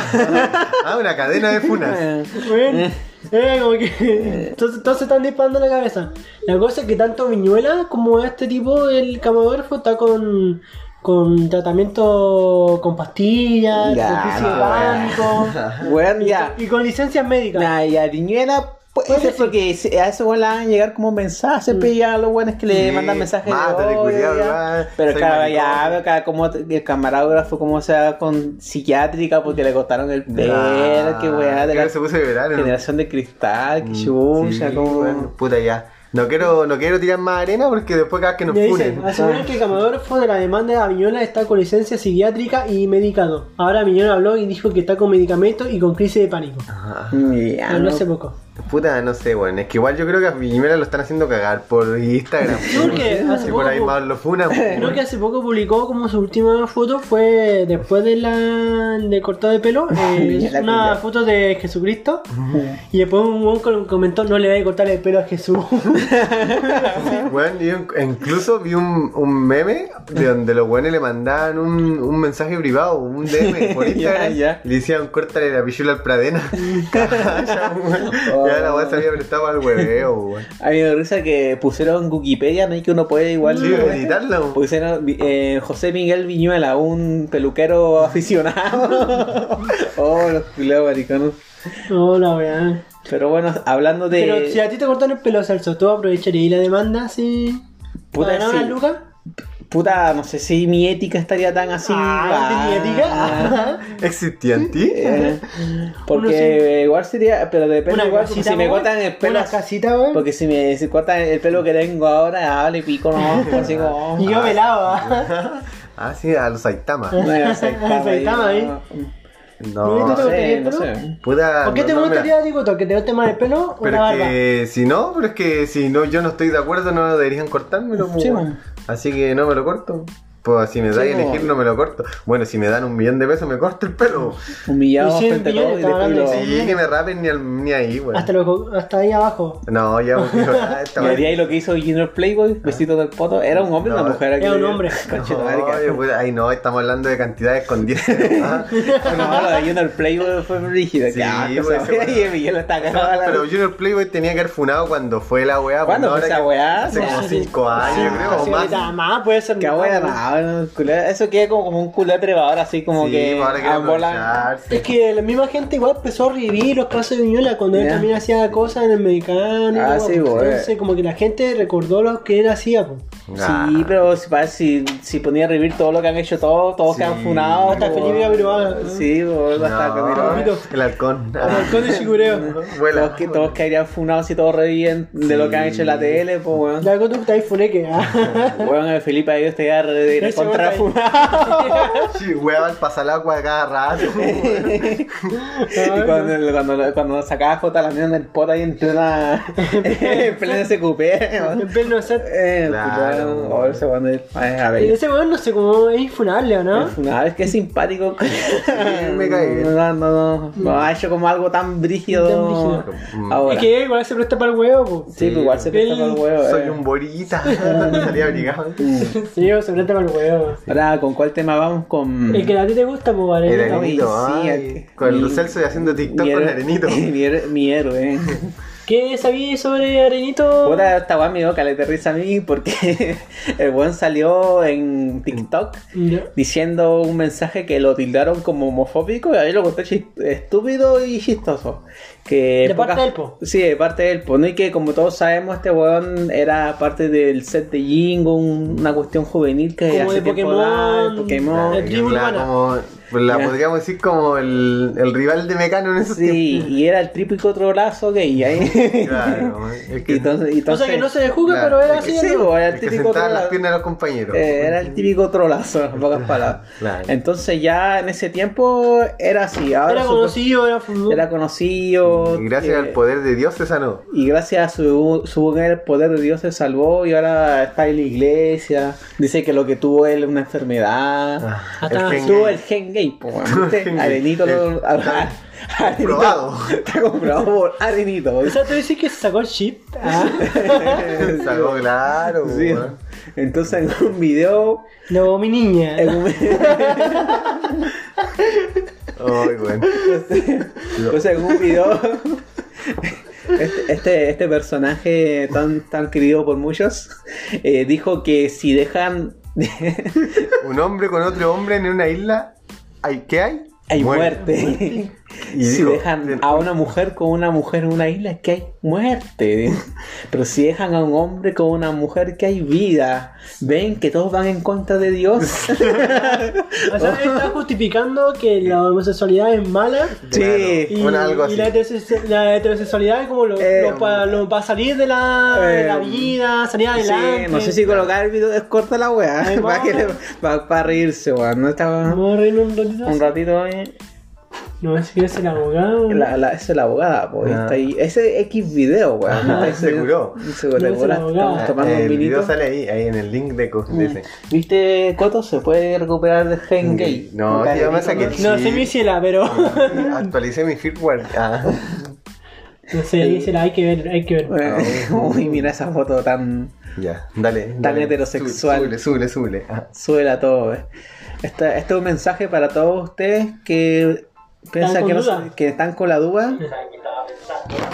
Speaker 3: ah, una cadena de funas.
Speaker 1: Eh,
Speaker 2: weón.
Speaker 1: [LAUGHS]
Speaker 2: Eh, como que. Entonces todos se están disparando en la cabeza. La cosa es que tanto Viñuela como este tipo, el camarógrafo, está con. con tratamiento con pastillas,
Speaker 1: Ya,
Speaker 3: Ah,
Speaker 2: con crisis de
Speaker 1: no, weón.
Speaker 2: pánico.
Speaker 1: Weón,
Speaker 2: y,
Speaker 1: [LAUGHS] ya.
Speaker 2: y con licencias médicas.
Speaker 1: Nah, y a Viñuela, pues,
Speaker 2: Puede
Speaker 1: eso es
Speaker 2: ser. Mm.
Speaker 1: porque se- a esos weón le van a llegar como mensajes, pues, ya los weones que le
Speaker 3: Sí,
Speaker 1: mandan mensajes.
Speaker 3: mátate,
Speaker 1: odio,
Speaker 3: culiao,
Speaker 1: ya.
Speaker 3: igual,
Speaker 1: Pero
Speaker 3: soy
Speaker 1: claro,
Speaker 3: maricón.
Speaker 1: ya veo cada como el camarógrafo, como sea con psiquiátrica porque le cortaron el pelo,
Speaker 3: Ah,
Speaker 1: que weá, de
Speaker 3: creo
Speaker 1: la
Speaker 3: que se puso a llorar. ¿no?
Speaker 1: generación de cristal, que
Speaker 3: Mm,
Speaker 1: chucha,
Speaker 3: sí,
Speaker 1: como.
Speaker 3: bueno, puta ya. No quiero, no quiero tirar más arena porque después cada vez que nos
Speaker 2: Me dicen,
Speaker 3: funen.
Speaker 2: aseguran que el camarógrafo de la demanda de Aviñola está con licencia psiquiátrica y medicado. Ahora Aviñola habló y dijo que está con medicamento y con crisis de pánico.
Speaker 3: Ah,
Speaker 1: Ya,
Speaker 2: Habló
Speaker 1: no.
Speaker 2: hace poco.
Speaker 3: Puta, no sé, bueno, es que igual yo creo que a Piñera lo están haciendo cagar por Instagram.
Speaker 2: [LAUGHS] Creo que hace
Speaker 3: Si por ahí
Speaker 2: poco-
Speaker 3: más lo
Speaker 2: [LAUGHS]
Speaker 3: funan.
Speaker 2: Creo que hace poco publicó como su última foto fue después de la de cortado
Speaker 1: [LAUGHS]
Speaker 2: de pelo, eh,
Speaker 1: Ya la
Speaker 2: una
Speaker 1: culiao.
Speaker 2: foto de Jesucristo y después un weón com- comentó no le voy a cortar el pelo a Jesús. [LAUGHS]
Speaker 3: Bueno, yo incluso vi un, un meme de donde los buenos le mandaban un, un mensaje privado,
Speaker 2: [LAUGHS]
Speaker 3: un DM por
Speaker 1: Ya,
Speaker 3: Instagram.
Speaker 1: ya.
Speaker 3: Y le decían, córtale la pichula al pradena. [LAUGHS] ya, weón. Ya la weá se había prestado al hueveo, weón.
Speaker 1: A mí me risa que pusieron Wikipedia, no hay que uno puede igual.
Speaker 3: Sí, editarla, weón.
Speaker 1: Pusieron eh, José Miguel Viñuela, un
Speaker 3: [LAUGHS]
Speaker 1: peluquero aficionado. [LAUGHS] oh, los culiados maricones.
Speaker 2: no, la verdad.
Speaker 1: Pero bueno, hablando de.
Speaker 2: Pero si a ti te cortan el pelo, Celso, ¿tú aprovecharías la demanda sí?
Speaker 1: Puta,
Speaker 2: ¿Para ganar
Speaker 1: sí.
Speaker 2: unas lucas?
Speaker 1: Puta, no sé si mi ética estaría tan así.
Speaker 2: Ah, ¿de mi
Speaker 1: [LAUGHS]
Speaker 2: ética?
Speaker 3: ¿Existía en ti?
Speaker 1: Eh, porque
Speaker 2: Uno sí.
Speaker 1: igual sería. Pero depende
Speaker 2: [LAUGHS] Una
Speaker 1: igual. porque
Speaker 2: casita,
Speaker 1: si me
Speaker 2: weón.
Speaker 1: cortan el pelo.
Speaker 2: Una casita, weón.
Speaker 1: Porque si me si cortan el pelo que tengo ahora, ah, le pico,
Speaker 2: [LAUGHS]
Speaker 1: no. Así como. [LAUGHS]
Speaker 2: Y yo
Speaker 1: ah,
Speaker 2: velaba.
Speaker 3: Ah, sí, a los Saitama.
Speaker 1: bueno, Saitama,
Speaker 2: Saitama,
Speaker 1: ahí,
Speaker 2: ¿eh? [LAUGHS]
Speaker 3: No,
Speaker 2: ¿Y
Speaker 1: ¿Eh?
Speaker 2: tú
Speaker 1: No
Speaker 2: te
Speaker 3: sé,
Speaker 1: sé, no
Speaker 2: ¿Pero?
Speaker 1: sé. Ah,
Speaker 3: puta.
Speaker 2: ¿Por qué
Speaker 3: no,
Speaker 2: te
Speaker 3: no, mira.
Speaker 2: gustaría, digo, que te guste más el pelo o la
Speaker 3: Pero es
Speaker 2: barba?
Speaker 3: que si no, pero es que si no yo no estoy de acuerdo no deberían cortármelo. po,
Speaker 1: Sí,
Speaker 3: weón.
Speaker 1: man.
Speaker 3: Así que no me lo corto. Pues si me da
Speaker 1: Sí,
Speaker 3: a elegir
Speaker 1: man.
Speaker 3: no me lo corto. Bueno, si me dan un millón de pesos me corto el pelo.
Speaker 1: Humillado
Speaker 2: Pero cien
Speaker 1: frente a
Speaker 2: millones
Speaker 1: todo y después
Speaker 2: estaban
Speaker 1: lo.
Speaker 2: hablando
Speaker 3: Sí, que me rapen ni, al- ni ahí, weón.
Speaker 2: Hasta, los- hasta ahí abajo.
Speaker 3: No, ya weón, ah, esta
Speaker 1: Y
Speaker 3: weón.
Speaker 1: haría ahí lo que hizo Junior Playboy, vestido del poto. ¿Era un hombre o
Speaker 3: No,
Speaker 1: una mujer?
Speaker 2: Ah. era
Speaker 1: aquí?
Speaker 2: un hombre.
Speaker 1: Conchetumare,
Speaker 3: No,
Speaker 1: que-
Speaker 3: yo, puta, Ay, no, estamos hablando de cantidades Ah, con 10. ¿no?
Speaker 1: No, lo de Junior Playboy fue rígida.
Speaker 3: Sí,
Speaker 1: que asco,
Speaker 3: pues,
Speaker 1: esa
Speaker 3: ese
Speaker 1: wea. [LAUGHS] Y Miguel está cagado.
Speaker 3: Pero Junior Playboy tenía que haber funado cuando fue la weá.
Speaker 1: ¿Cuándo
Speaker 3: pues,
Speaker 1: fue
Speaker 3: ahora
Speaker 1: esa
Speaker 3: que-
Speaker 1: weá?
Speaker 3: Hace como
Speaker 2: Sí.
Speaker 3: 5 años,
Speaker 2: Sí,
Speaker 3: yo creo, o
Speaker 2: sí,
Speaker 3: más.
Speaker 2: ahorita más puede ser.
Speaker 1: Qué
Speaker 2: más,
Speaker 1: buena,
Speaker 2: weón.
Speaker 1: no, culé- eso queda como, como un culé trevador, así como
Speaker 3: Sí, pues,
Speaker 1: que
Speaker 3: ahora quieren
Speaker 1: ambola.
Speaker 3: aprovecharse.
Speaker 2: Es que la misma gente igual empezó a revivir los casos de Viñola cuando él
Speaker 1: Ya.
Speaker 2: también hacía cosas en el mexicano. pues,
Speaker 1: Ah, sí, güey.
Speaker 2: Entonces, como que la gente recordó lo que él hacía. pues.
Speaker 3: Ah.
Speaker 1: Sí, pero si, pa- si, si ponía a revivir todo lo que han hecho todos, todos
Speaker 3: Sí.
Speaker 1: que han funado.
Speaker 2: Hasta
Speaker 1: como-
Speaker 2: Felipe Abrivaga, ¿no?
Speaker 1: Sí, boludo, hasta
Speaker 3: No,
Speaker 1: Camilo.
Speaker 3: el halcón.
Speaker 2: El
Speaker 3: Ah.
Speaker 2: halcón de Chicureo.
Speaker 3: [LAUGHS] Vuela.
Speaker 1: Todos que, todos que harían funado si todos reviven de lo que han hecho en la tele, pues weón.
Speaker 2: La conducta ahí funeque.
Speaker 1: [LAUGHS]
Speaker 2: ah.
Speaker 1: Weón, el Felipe ahí estaría re-
Speaker 2: Ese
Speaker 1: recontrafunado.
Speaker 2: [LAUGHS]
Speaker 3: Sí, hueva al pasar agua cada
Speaker 1: [LAUGHS]
Speaker 3: rato. güey.
Speaker 1: Y cuando, cuando, cuando sacaba Jota la mierda del pot ahí en plena. [LAUGHS] en plena SQP.
Speaker 2: En vez de no ser-
Speaker 1: Eh,
Speaker 3: Claro.
Speaker 1: culiao, oh, ese weón es- ay, a ver.
Speaker 2: Ese weón no sé cómo es infunable, ¿o ¿no?
Speaker 1: Eh. Es Una vez que Ah, es
Speaker 2: [LAUGHS]
Speaker 1: simpático.
Speaker 3: me cae bien.
Speaker 1: No, no, no, no ha hecho como algo tan brígido.
Speaker 2: Mm. Tan brígido.
Speaker 3: mm.
Speaker 1: Ahora.
Speaker 2: Es que igual se presta para el huevo. pues.
Speaker 1: Sí, pues igual se presta para el huevo.
Speaker 3: Soy
Speaker 1: eh.
Speaker 3: un borita. [LAUGHS] Salía abrigado.
Speaker 2: [LAUGHS] Sí, se presta para el huevo.
Speaker 1: Ahora, ¿con cuál tema vamos? Con.
Speaker 2: El que a ti te gusta, pues,
Speaker 3: El
Speaker 2: vale.
Speaker 3: arenito,
Speaker 1: Sí,
Speaker 3: ay.
Speaker 1: el-
Speaker 3: Con
Speaker 1: mi-
Speaker 3: los Celso y haciendo TikTok con el
Speaker 1: héroe- [LAUGHS]
Speaker 3: arenito.
Speaker 1: mi, héroe- mi
Speaker 2: [LAUGHS]
Speaker 1: héroe. eh.
Speaker 2: ¿Qué sabías sobre Arenito?
Speaker 1: Puta, esta weá me dio caleta de risa a mí porque [LAUGHS] el buen salió en TikTok
Speaker 2: Ya.
Speaker 1: diciendo un mensaje que lo tildaron como homofóbico y ahí lo encontré chis- estúpido y chistoso. Que
Speaker 2: De parte
Speaker 1: pocas-
Speaker 2: del po.
Speaker 1: Sí, de parte del po. No, y que como todos sabemos, este weón era parte del set de Jingo, un- una cuestión juvenil que
Speaker 2: Como de
Speaker 1: tiempo
Speaker 2: Pokémon.
Speaker 1: da, de
Speaker 2: La [LAUGHS]
Speaker 1: Pokémon.
Speaker 2: tribu
Speaker 3: la,
Speaker 2: urbana.
Speaker 3: como- pues la
Speaker 1: Ya.
Speaker 3: podríamos decir como el, el rival de Mecano en esos
Speaker 1: Sí, y era el trípico trolazo gay. ahí.
Speaker 3: tiempos. [LAUGHS]
Speaker 1: [LAUGHS]
Speaker 3: Claro, el
Speaker 1: Y
Speaker 3: que,
Speaker 1: entonces, y
Speaker 2: O sea que
Speaker 1: entonces-
Speaker 2: no se le juzga,
Speaker 3: Claro,
Speaker 2: pero era
Speaker 3: es que
Speaker 2: así.
Speaker 1: sí,
Speaker 2: ¿no?
Speaker 1: po, era
Speaker 3: el
Speaker 1: el
Speaker 3: que
Speaker 1: típico
Speaker 3: sentaba las
Speaker 1: trolazo.
Speaker 3: piernas a los compañeros.
Speaker 1: Eh, era el típico trolazo, en pocas palabras.
Speaker 3: Claro.
Speaker 1: Entonces ya en ese tiempo era así. Ahora
Speaker 2: Era
Speaker 1: supo-
Speaker 2: conocido, era fútbol.
Speaker 1: Era conocido.
Speaker 3: Y gracias
Speaker 1: eh,
Speaker 3: al poder de Dios se sanó.
Speaker 1: Y gracias a su, su buen poder de Dios se salvó y ahora está en la iglesia. Dice que lo que tuvo él es una enfermedad.
Speaker 2: Atrás,
Speaker 3: Ah, gen
Speaker 1: Tuvo
Speaker 3: gay.
Speaker 1: Ah, el gen gay, po,
Speaker 3: [LAUGHS]
Speaker 1: weón,
Speaker 3: Tuvo el
Speaker 1: ¿viste?
Speaker 3: gen gay.
Speaker 1: Arenito lo. a- a- [LAUGHS] Arenito-
Speaker 3: comprobado.
Speaker 1: Está comprobado por Arenito.
Speaker 3: [LAUGHS]
Speaker 2: O sea, tú dices que se sacó
Speaker 1: [LAUGHS]
Speaker 2: el chip. Ah,
Speaker 3: Se salvó, claro.
Speaker 1: Sí.
Speaker 3: weón.
Speaker 1: Entonces en un video.
Speaker 2: no, mi niña.
Speaker 1: En un,
Speaker 3: [LAUGHS] Ay, weón.
Speaker 1: entonces en un video. [LAUGHS] Este, este, este personaje tan, tan querido por muchos eh, dijo que si dejan [LAUGHS]
Speaker 3: Un hombre con otro hombre en una isla, ¿hay, ¿qué hay?
Speaker 1: Hay
Speaker 3: Muerte.
Speaker 1: muerte.
Speaker 3: Y
Speaker 1: si
Speaker 3: dijo,
Speaker 1: dejan a una mujer con una mujer en una isla, que hay muerte. [LAUGHS] Pero si dejan a un hombre con una mujer, que hay vida. Ven que todos van en contra de Dios.
Speaker 2: O sea, él está justificando que la homosexualidad es mala.
Speaker 1: Sí.
Speaker 2: Y,
Speaker 3: Bueno, algo así.
Speaker 2: y la, heterose- la heterosexualidad es como lo,
Speaker 1: Eh,
Speaker 2: para salir de la, de la
Speaker 1: eh,
Speaker 2: vida, salir
Speaker 1: Sí,
Speaker 2: adelante.
Speaker 1: no sé si colocar el video es corta la weá. [LAUGHS]
Speaker 2: Ay,
Speaker 1: Para
Speaker 2: no.
Speaker 1: que le- pa- pa reírse, weá. No estaba
Speaker 2: Vamos a reírnos un ratito.
Speaker 1: un ratito eh.
Speaker 2: No, es que es el abogado.
Speaker 1: La, la- esa es la abogada, po.
Speaker 3: Ah.
Speaker 1: Está ahí. Ese X video, weá.
Speaker 3: Ajá,
Speaker 1: Está ahí-
Speaker 3: se curó.
Speaker 1: Se curó,
Speaker 2: No, es la abogada.
Speaker 1: Estamos tomando
Speaker 3: Ah, el
Speaker 1: un
Speaker 3: video
Speaker 1: vinito.
Speaker 3: sale ahí, ahí en el link de co- de ese.
Speaker 1: Mm. ¿Viste, Coto? Se puede recuperar de Gen Gay. Con
Speaker 3: No, tío, me
Speaker 1: Carolina
Speaker 3: saqué-
Speaker 1: Machi.
Speaker 2: No
Speaker 3: Sí.
Speaker 2: sé mi ciela, pero. [LAUGHS]
Speaker 3: Ah, Actualicé mi firmware. Ah,
Speaker 2: No sé, mi ciela, hay que ver, hay que ver.
Speaker 3: Ah,
Speaker 1: Eh, [LAUGHS] Uy, mira esa foto tan.
Speaker 3: ya, dale.
Speaker 1: Tan
Speaker 3: dale.
Speaker 1: heterosexual.
Speaker 3: Sube, sube, sube. Ah,
Speaker 1: suela todo. eh. Esta- este es un mensaje para todos ustedes que piensan
Speaker 2: con
Speaker 1: que, no-
Speaker 2: duda.
Speaker 1: que están con la duda.
Speaker 4: cosa que estaba pensando,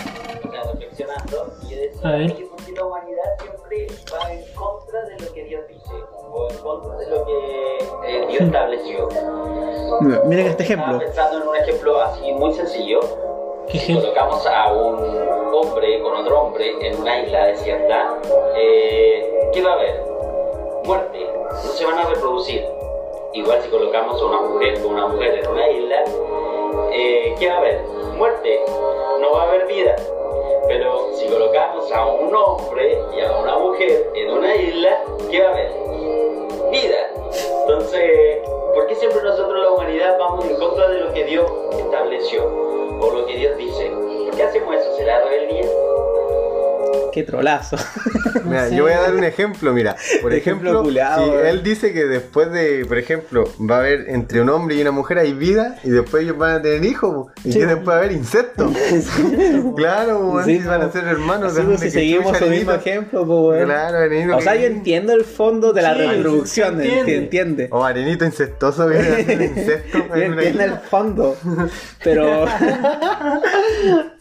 Speaker 4: estaba reflexionando, y
Speaker 2: A
Speaker 4: decía
Speaker 2: ver.
Speaker 4: que por qué la humanidad siempre va en contra de lo que Dios dice, o en contra de lo que eh, Dios estableció.
Speaker 1: Miren este
Speaker 4: Estaba
Speaker 1: ejemplo.
Speaker 4: pensando en un ejemplo así muy sencillo.
Speaker 2: ¿Qué
Speaker 4: Si
Speaker 2: ejemplo?
Speaker 4: colocamos a un hombre con otro hombre en una isla desierta, eh, ¿qué va a haber? Muerte. No se van a reproducir. Igual si colocamos a una mujer con una mujer en una isla, eh, ¿qué va a haber? Muerte. No va a haber vida. Pero si colocamos a un hombre y a una mujer en una isla, ¿qué va a haber? vida. Entonces, ¿por qué siempre nosotros la humanidad vamos en contra de lo que Dios estableció o lo que Dios dice? ¿Por qué hacemos eso? ¿Será rebeldía?
Speaker 1: Qué trolazo.
Speaker 3: Mira,
Speaker 2: sé.
Speaker 3: yo voy a dar un ejemplo, mira. Por
Speaker 1: Ejemplo
Speaker 3: ejemplo,
Speaker 1: culeado,
Speaker 3: si
Speaker 1: eh.
Speaker 3: él dice que después de, por ejemplo, va a haber entre un hombre y una mujer hay vida y después ellos van a tener hijos y
Speaker 1: Sí.
Speaker 3: que después va a
Speaker 1: [LAUGHS]
Speaker 3: haber insectos. claro, weón,
Speaker 1: Sí,
Speaker 3: si van a
Speaker 1: po.
Speaker 3: ser hermanos.
Speaker 1: Sí, pues,
Speaker 3: ¿de
Speaker 1: si
Speaker 3: dónde que
Speaker 1: seguimos
Speaker 3: chucha
Speaker 1: el
Speaker 3: le
Speaker 1: mismo
Speaker 3: vino?
Speaker 1: ejemplo, po, weón.
Speaker 3: Claro, arenito.
Speaker 1: O sea,
Speaker 3: que-
Speaker 1: yo entiendo el fondo de la
Speaker 2: Sí,
Speaker 1: reproducción,
Speaker 2: se entiende.
Speaker 1: enti- entiende.
Speaker 3: O arenito
Speaker 1: [LAUGHS]
Speaker 3: incestoso que era un insecto.
Speaker 1: Yo
Speaker 3: en una
Speaker 1: entiendo el
Speaker 3: isla.
Speaker 1: fondo, pero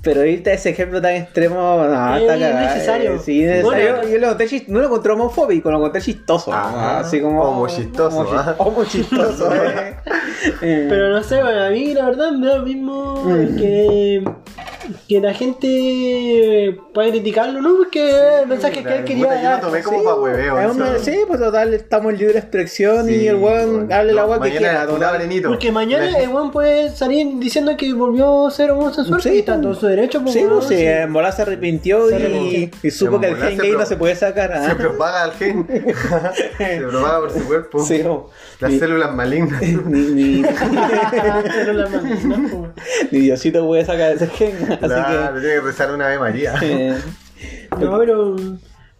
Speaker 1: pero irte a ese ejemplo tan extremo, no,
Speaker 2: Es
Speaker 1: está cagada,
Speaker 2: innecesario.
Speaker 1: eh, sí, innecesario.
Speaker 2: Bueno,
Speaker 1: yo, lo encontré chis- no lo encontré homofóbico, lo encontré chistoso.
Speaker 3: Ajá.
Speaker 1: Así como.
Speaker 3: Homochistoso,
Speaker 1: homochi-
Speaker 3: ah. [LAUGHS]
Speaker 1: homochistoso, eh. Eh,
Speaker 2: Pero no sé, para mí la verdad me da lo mismo
Speaker 1: Mm.
Speaker 2: que, que la gente puede criticarlo, ¿no? Porque el mensaje que él quería
Speaker 3: Puta, Yo
Speaker 2: dar.
Speaker 3: lo tomé
Speaker 1: sí,
Speaker 3: como para hueveo.
Speaker 1: es una-
Speaker 3: eso.
Speaker 1: sí, pues total, estamos en libre expresión y el weón
Speaker 3: bueno.
Speaker 1: hable la
Speaker 3: No,
Speaker 1: agua que
Speaker 3: mañana
Speaker 1: quiera.
Speaker 3: Un
Speaker 1: total.
Speaker 3: arenito.
Speaker 2: Porque mañana el weón puede salir diciendo que volvió a ser homosexual
Speaker 1: Sí,
Speaker 2: y está en todo su derecho. pues,
Speaker 1: Sí,
Speaker 2: weón,
Speaker 1: pues sí, [LAUGHS] en bola se arrepintió
Speaker 2: Se
Speaker 1: y,
Speaker 2: arrepintió.
Speaker 1: y supo
Speaker 3: En
Speaker 1: que el
Speaker 3: bola
Speaker 1: gen
Speaker 3: se
Speaker 1: gay no
Speaker 3: pro-
Speaker 1: se puede sacar. ah.
Speaker 3: Se propaga el
Speaker 1: [LAUGHS]
Speaker 3: gen. Se propaga por su cuerpo.
Speaker 1: Sí, po.
Speaker 3: Las
Speaker 1: Ni-
Speaker 3: células malignas.
Speaker 1: [LAUGHS]
Speaker 3: [LAUGHS]
Speaker 1: ni, ni,
Speaker 2: Pero la maldad,
Speaker 1: [LAUGHS]
Speaker 2: pues.
Speaker 1: ni Diosito puede sacar ese gen. Así
Speaker 3: Claro, tiene que rezar una Ave María.
Speaker 1: que. eh,
Speaker 3: [LAUGHS]
Speaker 2: No, pero.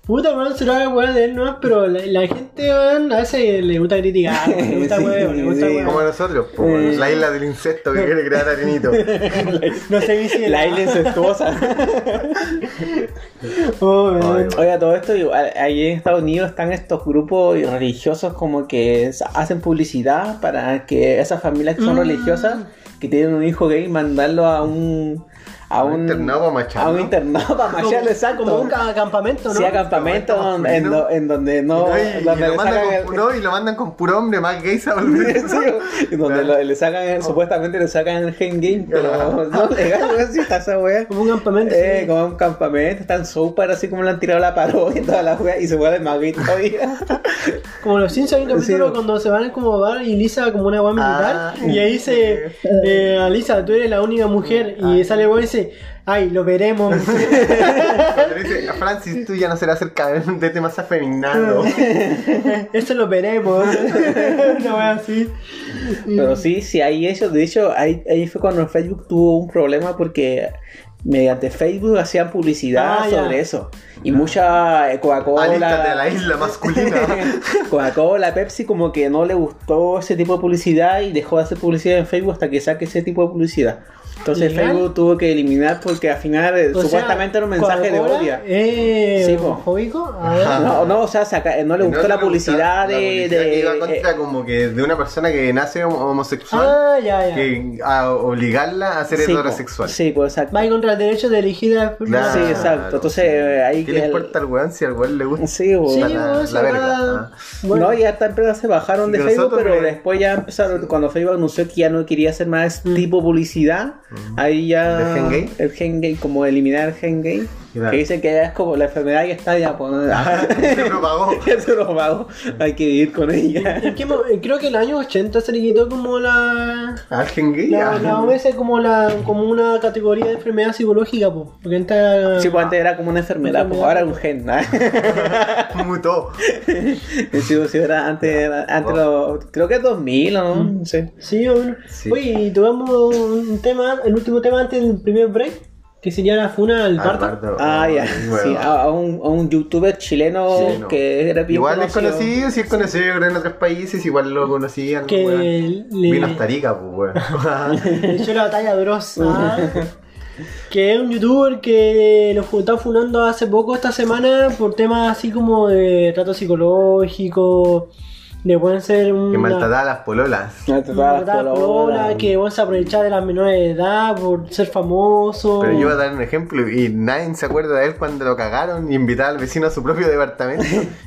Speaker 2: Puta, weón, será la weá de él, ¿no? Pero la, la gente, weón, a veces le gusta
Speaker 1: [LAUGHS]
Speaker 2: criticar, le gusta
Speaker 1: Sí,
Speaker 2: weón, le gusta
Speaker 1: sí.
Speaker 2: weón.
Speaker 3: Como nosotros, po, la isla del insecto que quiere crear Arenito.
Speaker 2: No sé, mi cielo.
Speaker 1: la isla
Speaker 3: [LAUGHS]
Speaker 1: incestuosa.
Speaker 2: Oh, weón.
Speaker 3: Ay,
Speaker 1: Oiga, todo esto, igual, ahí en Estados Unidos están estos grupos religiosos como que s- hacen publicidad para que esas familias que son
Speaker 2: Mm.
Speaker 1: religiosas, que tienen un hijo gay, mandarlo a un. A
Speaker 3: un
Speaker 1: un
Speaker 3: internado para macharlo.
Speaker 1: A un internado para
Speaker 2: Como-
Speaker 1: macharlo, exacto.
Speaker 2: Como un ca- campamento, ¿no?
Speaker 1: Sí, a campamento
Speaker 3: Como
Speaker 1: donde- en, do- en donde no.
Speaker 3: Ay, y,
Speaker 1: donde
Speaker 3: lo
Speaker 1: le
Speaker 3: mandan
Speaker 1: sacan
Speaker 3: con
Speaker 1: el-
Speaker 3: puro, y lo mandan con puro hombre, más gay se va a
Speaker 2: [LAUGHS]
Speaker 3: volver.
Speaker 1: [LAUGHS] Sí, donde lo- le sacan,
Speaker 2: Oh.
Speaker 1: el- supuestamente le sacan el Gen Game, pero no
Speaker 2: [LAUGHS]
Speaker 1: legal, weón, si está esa wea.
Speaker 2: Como un campamento.
Speaker 1: Eh,
Speaker 2: sí.
Speaker 1: como un campamento, están súper así como le han tirado la parodia y toda la wea, y se vuelve más
Speaker 2: [LAUGHS]
Speaker 1: gay todavía.
Speaker 2: Como los Simpsons hay un capítulo
Speaker 1: Sí.
Speaker 2: cuando se van como bar y Lisa como una weá
Speaker 3: Ah,
Speaker 2: militar y ahí dice eh, a Lisa, tú eres la única mujer
Speaker 1: Ah.
Speaker 2: y sale el weón y dice, ay,
Speaker 1: [LAUGHS]
Speaker 2: lo veremos.
Speaker 3: Cuando le dice, Francis, tú ya no serás el cabrón de este
Speaker 1: [LAUGHS]
Speaker 3: más afeminado.
Speaker 2: Eso lo veremos. [LAUGHS] una weá así.
Speaker 1: Pero sí, sí hay eso. De hecho, ahí, ahí fue cuando Facebook tuvo un problema porque mediante Facebook hacían publicidad
Speaker 2: Ah, ya.
Speaker 1: sobre eso. Y mucha eh,
Speaker 3: Alístate a la
Speaker 1: Coca-Cola.
Speaker 3: isla masculina.
Speaker 1: Coca-Cola, Pepsi, como que no le gustó ese tipo de publicidad y dejó de hacer publicidad en Facebook hasta que saque ese tipo de publicidad. Entonces
Speaker 2: Legal.
Speaker 1: Facebook tuvo que eliminar porque al final eh,
Speaker 2: O sea,
Speaker 1: supuestamente era un mensaje de
Speaker 2: Coca-Cola, Ah.
Speaker 1: odio.
Speaker 2: Eh,
Speaker 1: Sí, po.
Speaker 2: homofóbico. A ver.
Speaker 3: Ajá.
Speaker 1: No, no, o sea, saca- [LAUGHS] no le
Speaker 3: No
Speaker 1: gustó
Speaker 3: le
Speaker 1: la
Speaker 3: gusta
Speaker 1: publicidad
Speaker 3: la
Speaker 1: de.
Speaker 3: publicidad que iba
Speaker 1: de-
Speaker 3: contra
Speaker 1: eh,
Speaker 3: como que de una persona que nace homo- homosexual
Speaker 2: Ah, ya, ya.
Speaker 3: que a obligarla a ser
Speaker 1: sí, po,
Speaker 3: heterosexual.
Speaker 1: Sí, pues exacto.
Speaker 2: Va en contra de el derecho de elegir a
Speaker 3: Claro.
Speaker 1: Sí, exacto. Entonces, eh, ahí
Speaker 3: ¿Qué
Speaker 1: que
Speaker 3: le
Speaker 1: el-
Speaker 3: importa al weón si al weón le gusta
Speaker 1: Sí, bo.
Speaker 2: Sí,
Speaker 3: la, la
Speaker 2: vos,
Speaker 3: verga?
Speaker 2: ah,
Speaker 3: Ah.
Speaker 2: bueno.
Speaker 1: No, y hasta empresas se bajaron de
Speaker 3: Y
Speaker 1: Facebook,
Speaker 3: nosotros
Speaker 1: pero
Speaker 3: le-
Speaker 1: después ya empezaron, cuando Facebook anunció que ya no quería hacer más
Speaker 2: Mm.
Speaker 1: tipo publicidad, ahí ya...
Speaker 3: Mm. ¿El Hengay?
Speaker 1: El Hengay, como eliminar el Hengay,
Speaker 3: Claro.
Speaker 1: que dicen que ya es como la enfermedad y está ya, pues...
Speaker 3: [LAUGHS]
Speaker 1: [LAUGHS]
Speaker 3: Se propagó.
Speaker 1: ya se lo pago, hay que vivir con
Speaker 2: [LAUGHS]
Speaker 1: ella.
Speaker 2: ¿En qué mo- eh, creo que en el año 80 se le quitó como la.
Speaker 3: Al Genghis.
Speaker 2: La, la OMS como, la, como una categoría de enfermedad psicológica, po, porque antes era-
Speaker 1: Sí, pues antes era como una enfermedad, pues ahora es un gen, ¿no? [LAUGHS]
Speaker 3: [LAUGHS] Mutó.
Speaker 1: Sí, pues, sí, era antes, era- antes lo- creo que es 2000, ¿o ¿no? Sí.
Speaker 2: Mm, Sí, bueno.
Speaker 3: Sí.
Speaker 2: Oye, y tocamos un tema, el último tema antes del primer break, que sería la funa al
Speaker 3: Al
Speaker 2: parto.
Speaker 3: Bardo.
Speaker 1: Ah, ya.
Speaker 3: Bueno.
Speaker 1: Sí, a, a un, a un youtuber chileno
Speaker 3: Chileno.
Speaker 1: que era bien
Speaker 3: Igual es conocido, sí es conocido yo creo en otros países, igual lo conocían.
Speaker 2: Que
Speaker 3: weón.
Speaker 2: le-
Speaker 3: Vino hasta Arica, pues,
Speaker 1: [LAUGHS]
Speaker 3: weón.
Speaker 2: Le echó la batalla a Dross. ah, [LAUGHS] que es un youtuber que lo fu- está funando hace poco esta semana por temas así como de trato psicológico, de pueden ser un.
Speaker 3: que maltrataba a las pololas.
Speaker 2: Ah,
Speaker 1: No, te todas las pololas.
Speaker 2: que vos se aprovechar de las menores de edad por ser famoso.
Speaker 3: Pero yo iba a dar un ejemplo y nadie se acuerda de él cuando lo cagaron y invitaba al vecino a su
Speaker 1: [LAUGHS]
Speaker 3: propio departamento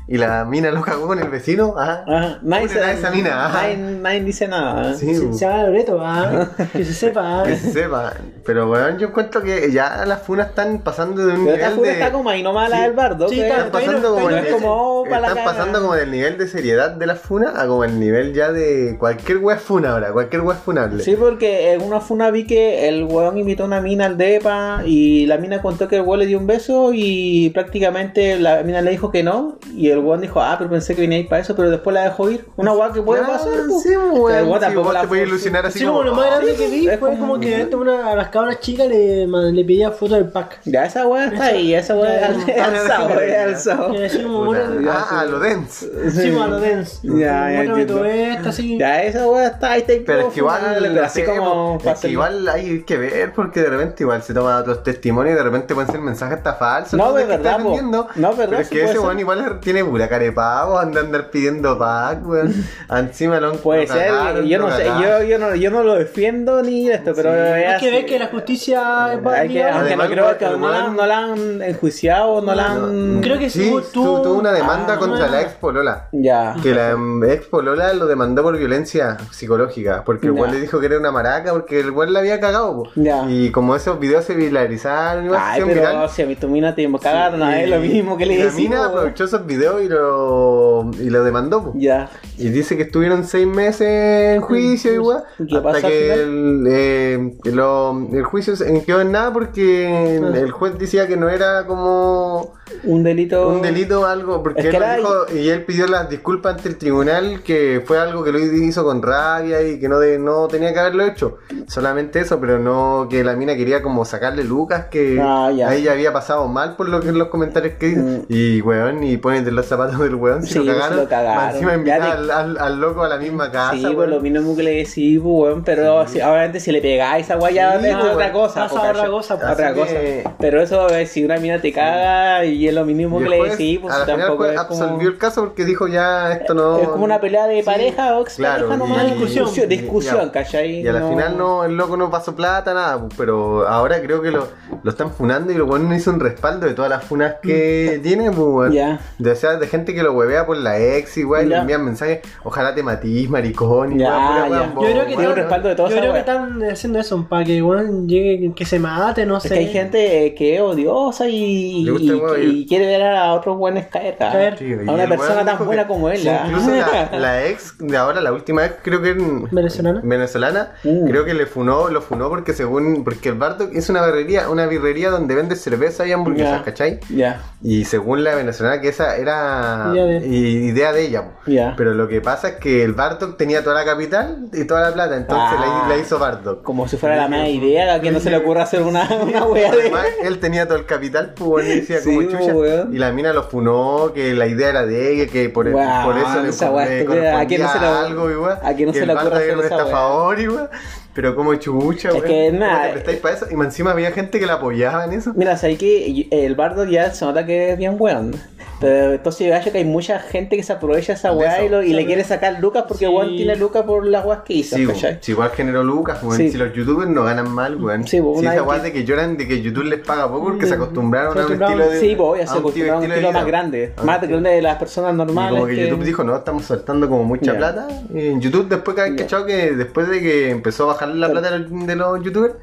Speaker 3: y la mina lo cagó con el vecino. ah, Ajá.
Speaker 1: Ajá, nadie,
Speaker 3: Una de esa mina, ajá.
Speaker 1: nadie- nadie dice nada. ¿eh?
Speaker 3: Sí,
Speaker 2: Se,
Speaker 3: bu.
Speaker 2: se haga Loreto,
Speaker 1: [LAUGHS]
Speaker 2: ah, que se sepa. ah.
Speaker 3: Que se sepa. Pero weón, yo encuentro que ya las funas están pasando de un
Speaker 1: Pero esta
Speaker 3: nivel
Speaker 1: fuga
Speaker 3: de.
Speaker 1: está como ahí nomás la
Speaker 3: Sí.
Speaker 1: del bardo.
Speaker 2: Sí,
Speaker 1: que-
Speaker 2: está-
Speaker 3: Están
Speaker 2: está ahí no-
Speaker 3: pasando,
Speaker 2: está
Speaker 3: como,
Speaker 2: ahí
Speaker 3: el-
Speaker 2: no
Speaker 1: es como oh, pa' la
Speaker 3: están
Speaker 1: caga.
Speaker 3: pasando como del nivel de seriedad de la funa a como el nivel ya de cualquier wea es funa ahora, cualquier wea es funable.
Speaker 1: Sí, porque eh, en una funa vi que el weón invitó a una mina al depa y la mina contó que el weón le dio un beso y prácticamente la mina le dijo que no y el weón dijo, ah, pero pensé que venía ahí para eso, pero después la dejó ir. Una weón que puede
Speaker 3: Claro,
Speaker 1: pasar. po.
Speaker 3: sí, pues, weón,
Speaker 1: O sea, el
Speaker 3: sí,
Speaker 1: tampoco
Speaker 3: vos
Speaker 1: la
Speaker 3: te puedes
Speaker 1: forzó.
Speaker 3: ilusionar así
Speaker 2: Sí, como lo
Speaker 3: como,
Speaker 2: más grande
Speaker 1: sí,
Speaker 2: que vi
Speaker 1: es
Speaker 2: fue
Speaker 1: como-
Speaker 2: como que antes una, a las cabras chicas le, man- le pedía foto del
Speaker 1: [LAUGHS]
Speaker 2: pack.
Speaker 1: Ya esa weá está ahí, esa [LAUGHS] weá
Speaker 2: Ya, ya,
Speaker 1: es alzado,
Speaker 3: ya, ya.
Speaker 1: es alzado.
Speaker 2: Que así como
Speaker 3: Puta,
Speaker 2: bueno,
Speaker 3: ah, a lo dense.
Speaker 2: sí, como a lo dance.
Speaker 1: Ya, ya
Speaker 2: Muéstrame
Speaker 1: entiendo.
Speaker 2: tu esta, así.
Speaker 1: Ya esa weá está ahí, está ahí
Speaker 3: Pero
Speaker 1: todo
Speaker 3: es que igual,
Speaker 1: funable,
Speaker 3: no
Speaker 1: pero así
Speaker 3: sé,
Speaker 1: como
Speaker 3: es que
Speaker 1: fácil.
Speaker 3: igual hay que ver porque de repente igual se toman otros testimonios y de repente pueden ser mensajes hasta falsos.
Speaker 1: No,
Speaker 3: cosas
Speaker 1: es
Speaker 3: que está
Speaker 1: verdad, po.
Speaker 3: vendiendo.
Speaker 1: No, es verdad,
Speaker 3: Pero es
Speaker 1: sí
Speaker 3: que
Speaker 1: puede
Speaker 3: ese
Speaker 1: ser.
Speaker 3: weón igual tiene pura carepavo, anda a andar pidiendo pack,
Speaker 1: [LAUGHS]
Speaker 3: weón. Encima lo han
Speaker 1: Puede
Speaker 3: lo
Speaker 1: ser,
Speaker 3: cagaron,
Speaker 1: yo
Speaker 3: lo
Speaker 1: no sé,
Speaker 3: cagaron.
Speaker 1: yo, yo, no, yo no lo defiendo ni esto, pero es
Speaker 2: Hay que
Speaker 1: así.
Speaker 2: ver que la justicia es
Speaker 1: Hay que-
Speaker 2: válida.
Speaker 1: aunque
Speaker 3: Además,
Speaker 1: no creo que
Speaker 3: igual-
Speaker 1: no la, no la han enjuiciado, no la han...
Speaker 2: Creo que
Speaker 3: sí,
Speaker 2: tú-
Speaker 3: tu-
Speaker 2: tú-
Speaker 3: tuvo una demanda
Speaker 2: ah,
Speaker 3: contra
Speaker 2: no.
Speaker 3: la ex polola.
Speaker 1: Ya.
Speaker 3: Que la mm, ex polola lo demandó por violencia psicológica, porque el
Speaker 1: Ya.
Speaker 3: weón le dijo que era una maraca, porque el weón la había cagado. po.
Speaker 1: Ya.
Speaker 3: Y como esos videos se viralizaron, iba a
Speaker 1: Ay,
Speaker 3: ser
Speaker 1: pero
Speaker 3: viral.
Speaker 1: si a mi tu mina te cagaron,
Speaker 3: Y-
Speaker 1: es lo mismo que le
Speaker 3: y La
Speaker 1: decimos.
Speaker 3: mina aprovechó esos videos y lo, y lo demandó. po.
Speaker 1: Ya.
Speaker 3: Y dice que estuvieron seis meses en juicio y weá,
Speaker 1: ¿Y qué
Speaker 3: Hasta
Speaker 1: pasó al
Speaker 3: que
Speaker 1: final?
Speaker 3: el, eh, lo- el juicio se quedó en nada porque el-
Speaker 1: Ah.
Speaker 3: el juez decía que no era como
Speaker 1: Un delito...
Speaker 3: un delito o algo, porque
Speaker 1: Es que
Speaker 3: él lo
Speaker 1: era-
Speaker 3: dijo y él pidió las disculpas ante el tribunal que fue algo que lo hizo con rabia y que no, de- no tenía que haberlo hecho. Solamente eso, pero no que la mina quería como sacarle lucas que
Speaker 1: Ah, ya.
Speaker 3: a ella había pasado mal por lo que en los comentarios que hizo.
Speaker 1: Mm.
Speaker 3: Y weón, y ponete los zapatos del weón, si
Speaker 1: Sí, pues,
Speaker 3: lo cagaron.
Speaker 1: si lo cagaron.
Speaker 3: más Encima
Speaker 1: Ya
Speaker 3: invitar
Speaker 1: te-
Speaker 3: al, al- al loco a la misma casa.
Speaker 1: Sí, por
Speaker 3: weón.
Speaker 1: lo mismo que le decís, pues, weón, pero si- obviamente si le pegáis esa guaya
Speaker 3: Sí,
Speaker 1: es
Speaker 3: pues,
Speaker 1: otra cosa.
Speaker 2: pasa
Speaker 1: pues,
Speaker 2: otra
Speaker 1: cacho.
Speaker 2: cosa, pues.
Speaker 1: Otra
Speaker 3: Así
Speaker 1: cosa.
Speaker 3: que-
Speaker 1: Pero eso, eh, si una mina te caga y es lo mínimo
Speaker 3: Y
Speaker 1: que
Speaker 3: el
Speaker 1: le
Speaker 3: juez,
Speaker 1: decís, pues
Speaker 3: a la final el
Speaker 1: tampoco
Speaker 3: juez
Speaker 1: es
Speaker 3: absolvió
Speaker 1: como...
Speaker 3: el caso porque dijo ya esto no...
Speaker 1: Es como una pelea de pareja o expareja
Speaker 3: claro,
Speaker 1: nomás.
Speaker 2: y-
Speaker 1: discusión,
Speaker 3: y-
Speaker 1: discusión,
Speaker 3: ya.
Speaker 1: ¿cachai?
Speaker 3: Y a la final no, el loco no pasó plata, nada, pu, pero ahora creo que lo, lo están funando y lo bueno hizo un respaldo de todas las funas que tiene, pu, weón.
Speaker 1: Mm. Ya.
Speaker 3: De, o sea, de gente que lo huevea por la ex y weón, le
Speaker 1: Ya.
Speaker 3: envían mensajes, ojalá te matís, maricón, y
Speaker 1: Ya,
Speaker 3: weón, pura
Speaker 1: ya.
Speaker 3: weón,
Speaker 2: Yo creo que
Speaker 1: Tiene
Speaker 3: weón.
Speaker 1: un respaldo de toda
Speaker 2: Yo
Speaker 1: esa
Speaker 2: creo
Speaker 1: wea.
Speaker 2: que están haciendo eso para que bueno, llegue, que se mate, no sé.
Speaker 1: Es que hay gente eh, que es odiosa y,
Speaker 3: Le gusta el
Speaker 1: y-
Speaker 3: huevo,
Speaker 1: y
Speaker 3: y-
Speaker 1: quiere ver a otros buenos caer. ¿ah?
Speaker 2: Caer.
Speaker 3: Sí, y
Speaker 1: a una
Speaker 3: el
Speaker 1: persona
Speaker 3: weón
Speaker 1: tan
Speaker 3: dijo
Speaker 1: buena
Speaker 3: que-
Speaker 1: como él.
Speaker 3: sí,
Speaker 1: ¿ah?
Speaker 3: Incluso la,
Speaker 1: [LAUGHS]
Speaker 3: la ex de ahora, la última ex, creo que en-
Speaker 2: ¿Venezolana?
Speaker 3: venezolana,
Speaker 1: Mm.
Speaker 3: creo que le funó, lo funó porque según, porque el Bardo es una barrería, una birrería donde vende cerveza y hamburguesas,
Speaker 1: Ya.
Speaker 3: ¿cachai?
Speaker 1: Ya.
Speaker 3: Y según la venezolana, que esa era
Speaker 2: Idea de-
Speaker 3: i- idea de ella. po.
Speaker 1: Ya.
Speaker 3: Pero lo que pasa es que el Bardock tenía toda la capital y toda la plata, entonces
Speaker 1: Ah.
Speaker 3: la, hi- la hizo Bardock.
Speaker 1: Como si fuera la mala idea, que no se le ocurra hacer una, una wea de.
Speaker 3: Además, él tenía todo el capital, pues, bueno, y decía
Speaker 1: Sí,
Speaker 3: como chucha.
Speaker 1: weón.
Speaker 3: Y la mina lo funó, que la idea era de ella, que por,
Speaker 1: Weón,
Speaker 3: por eso le,
Speaker 1: esa
Speaker 3: cor-
Speaker 1: weá
Speaker 3: le
Speaker 1: estúpida, ¿a quién no se le-
Speaker 3: correspondía algo, y weón,
Speaker 1: a quién no se
Speaker 3: el
Speaker 1: le ocurre
Speaker 3: Bardock era
Speaker 1: hacer
Speaker 3: un
Speaker 1: esa weá?
Speaker 3: estafador, y weón. Pero como chucha,
Speaker 1: Es
Speaker 3: weón,
Speaker 1: que
Speaker 3: ¿cómo
Speaker 1: nada,
Speaker 3: te prestáis para eso? Y más encima había gente que la apoyaba en eso.
Speaker 1: eh, Mira, sabes que el bardo ya se nota que es bien weón. Pero entonces yo creo que hay mucha gente que se aprovecha esa weá y, lo- y le quiere sacar lucas porque
Speaker 2: Sí.
Speaker 1: weón tiene lucas por las weas que hizo,
Speaker 3: Sí, weón.
Speaker 1: ¿cachai?
Speaker 3: si igual generó Lucas, weón.
Speaker 1: Sí.
Speaker 3: Si los youtubers no ganan mal, weón.
Speaker 1: Sí, weón,
Speaker 3: si
Speaker 1: una
Speaker 3: esa
Speaker 1: vez
Speaker 3: weá
Speaker 1: que-
Speaker 3: de que lloran de que YouTube les paga poco porque se
Speaker 2: Mm,
Speaker 3: acostumbraron
Speaker 2: se
Speaker 3: a un
Speaker 2: acostumbraron,
Speaker 3: estilo de.
Speaker 1: Sí, pues obvio,
Speaker 3: a
Speaker 1: se
Speaker 3: un tipo-
Speaker 1: acostumbraron a un
Speaker 3: de
Speaker 1: estilo más
Speaker 3: vida.
Speaker 1: grande,
Speaker 3: A un
Speaker 1: más
Speaker 3: estilo-
Speaker 1: grande de las personas
Speaker 3: Y
Speaker 1: normales.
Speaker 3: como que
Speaker 1: que-
Speaker 3: YouTube dijo, no, estamos soltando como mucha
Speaker 1: Ya.
Speaker 3: plata. Y en YouTube, después que han
Speaker 1: Ya.
Speaker 3: cachado que después de que empezó a bajar la
Speaker 1: Claro.
Speaker 3: plata de los- de los youtubers,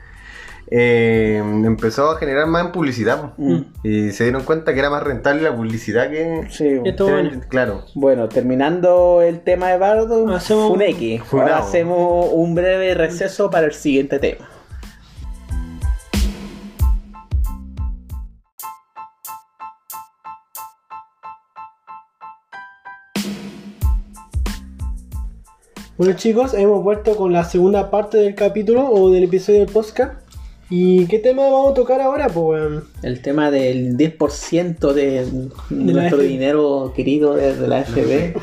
Speaker 3: eh, empezó a generar más en publicidad. po.
Speaker 1: Mm,
Speaker 3: Y se dieron cuenta que era más rentable la publicidad que.
Speaker 1: sí, weón.
Speaker 2: Esto- Todo bueno.
Speaker 3: Claro.
Speaker 1: Bueno, terminando el tema de Bardo,
Speaker 2: Hacemos-
Speaker 1: un X.
Speaker 3: Funao.
Speaker 1: Ahora hacemos un breve receso para el siguiente tema.
Speaker 2: Bueno chicos, hemos vuelto con la segunda parte del capítulo o del episodio del podcast. ¿Y qué tema vamos a tocar ahora? Pues weón? [LAUGHS]
Speaker 1: El tema del 10% de,
Speaker 2: la
Speaker 1: nuestro
Speaker 2: FB.
Speaker 1: dinero querido de, de la
Speaker 3: [LAUGHS]
Speaker 1: FB.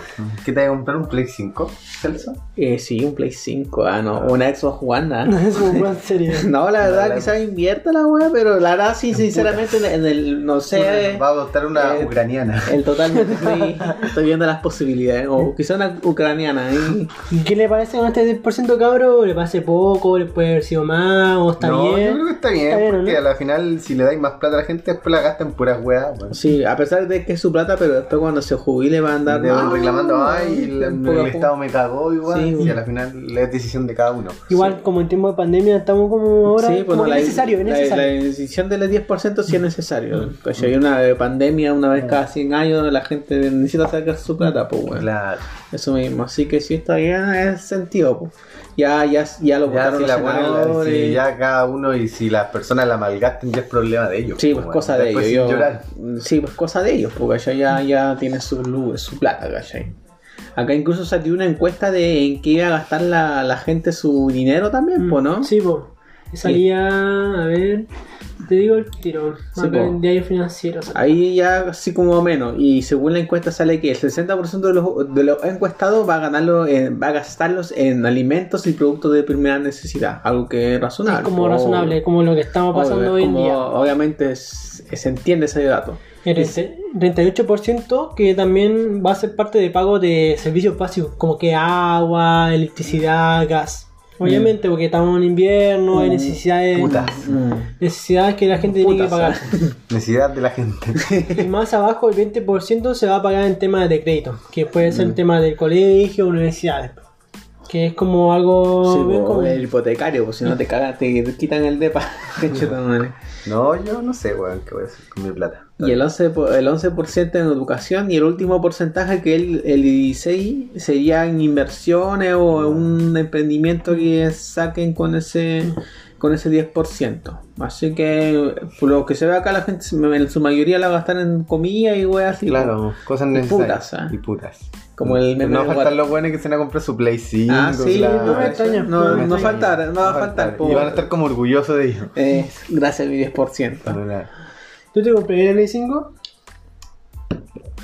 Speaker 3: ¿Qué te vas a comprar un Play 5, Celso?
Speaker 1: Eh, sí, un Play 5, ah, no, una Xbox One. ah.
Speaker 2: es un buen serio.
Speaker 1: [LAUGHS] No, la verdad,
Speaker 3: la-
Speaker 1: quizás invierta la weá, pero la verdad, sí, sinceramente, en en el, no sé,
Speaker 3: Va a adoptar una
Speaker 1: eh,
Speaker 3: ucraniana.
Speaker 1: el totalmente estoy, estoy viendo las posibilidades, o quizás una ucraniana. ¿eh? ahí.
Speaker 2: ¿Y qué le parece con este 10% cabro? ¿Le parece poco? ¿Le puede haber sido más? ¿O está
Speaker 3: no, yo
Speaker 2: bien?
Speaker 3: creo que está bien,
Speaker 2: Está bien,
Speaker 3: porque
Speaker 2: ¿no?
Speaker 3: a la final si le dais más plata a la gente, después la gastan en puras weas. weón.
Speaker 1: Sí, a pesar de que es su plata, pero después cuando se jubile va a andar
Speaker 3: Te van reclamando, ay, el,
Speaker 1: tampoco-
Speaker 3: el Estado me cagó igual,
Speaker 1: Sí,
Speaker 3: y a
Speaker 1: bueno.
Speaker 3: la final es decisión de cada uno.
Speaker 2: Igual como en tiempo de pandemia estamos como ahora...
Speaker 1: Sí, bueno,
Speaker 2: como que
Speaker 1: la,
Speaker 2: es necesario, es
Speaker 1: la-
Speaker 2: necesario.
Speaker 1: la decisión del 10% sí es necesario. Porque hay una eh, pandemia una vez cada 100 años, la gente necesita sacar su plata, pues bueno.
Speaker 3: Claro.
Speaker 1: Eso mismo, así que sí está bien en ese sentido, pues. Ya, ya, ya lo
Speaker 3: Ya,
Speaker 1: votaron
Speaker 3: si
Speaker 1: los
Speaker 3: la ponen, la-
Speaker 1: senadores.
Speaker 3: si ya cada uno y si las personas la malgastan, ya es problema de ellos.
Speaker 1: Sí, pues
Speaker 3: weón.
Speaker 1: cosa de
Speaker 3: Después
Speaker 1: ellos. yo-
Speaker 3: sin llorar.
Speaker 1: sí, pues cosa de ellos, porque allá ya, ya tiene su, lu- su plata, ¿cachai? Acá incluso salió una encuesta de en qué iba a gastar la, la gente su dinero también, pues, ¿no?
Speaker 2: Mm, Sí, po. Salía, a ver, te digo el tiro.
Speaker 1: Sí,
Speaker 2: acá
Speaker 1: po.
Speaker 2: en diario financiero. sale.
Speaker 1: Ahí ya así como menos. Y según la encuesta sale que el 60% de los, de los encuestados va a, ganarlo en- va a gastarlos en alimentos y productos de primera necesidad. Algo que es razonable.
Speaker 2: es como
Speaker 1: obvio.
Speaker 2: razonable, como lo que estamos pasando
Speaker 1: Obvio, es
Speaker 2: hoy en
Speaker 1: como-
Speaker 2: día.
Speaker 1: Obviamente es- se entiende ese dato.
Speaker 2: El 38% que también va a ser parte de pago de servicios básicos, como que agua, electricidad, gas. Obviamente, porque estamos en invierno,
Speaker 3: Mm,
Speaker 2: hay necesidades,
Speaker 3: Putas.
Speaker 2: necesidades que la gente tiene que pagar.
Speaker 1: Putas.
Speaker 3: Necesidad de la gente. [LAUGHS]
Speaker 2: Y más abajo, el 20% se va a pagar en temas de crédito, que puede ser
Speaker 3: Mm.
Speaker 2: el tema del colegio, universidades, que es como algo...
Speaker 1: Sí,
Speaker 2: bien
Speaker 1: po,
Speaker 2: común.
Speaker 1: el hipotecario, pues si no te cagan, te quitan el
Speaker 3: [LAUGHS]
Speaker 1: depa. Qué chuta madre.
Speaker 3: No, yo no sé, weón, qué voy a hacer con mi plata.
Speaker 1: y el 11%, po- el 11 en educación y el último porcentaje que el, el 16 sería en inversiones o
Speaker 3: Mm.
Speaker 1: en un emprendimiento que saquen con ese con ese 10%. Así que por lo que se ve acá la gente en su mayoría la gastan en comida y weas así.
Speaker 3: Claro, cosas necesarias.
Speaker 1: pues, putas, ¿ah?
Speaker 3: Y putas.
Speaker 1: Como el meme
Speaker 3: No
Speaker 1: del
Speaker 3: faltan
Speaker 1: guar-
Speaker 3: los buenos que se van a comprar su Play 5.
Speaker 1: Ah, sí,
Speaker 3: la-
Speaker 1: no me
Speaker 2: extraña.
Speaker 1: No,
Speaker 2: No me
Speaker 1: no
Speaker 2: extraña.
Speaker 1: faltar, no va a faltar. po.
Speaker 3: Y van a estar como orgullosos de ellos.
Speaker 1: Eh, gracias mi 10%.
Speaker 2: ¿Tú te comprarías el Play 5?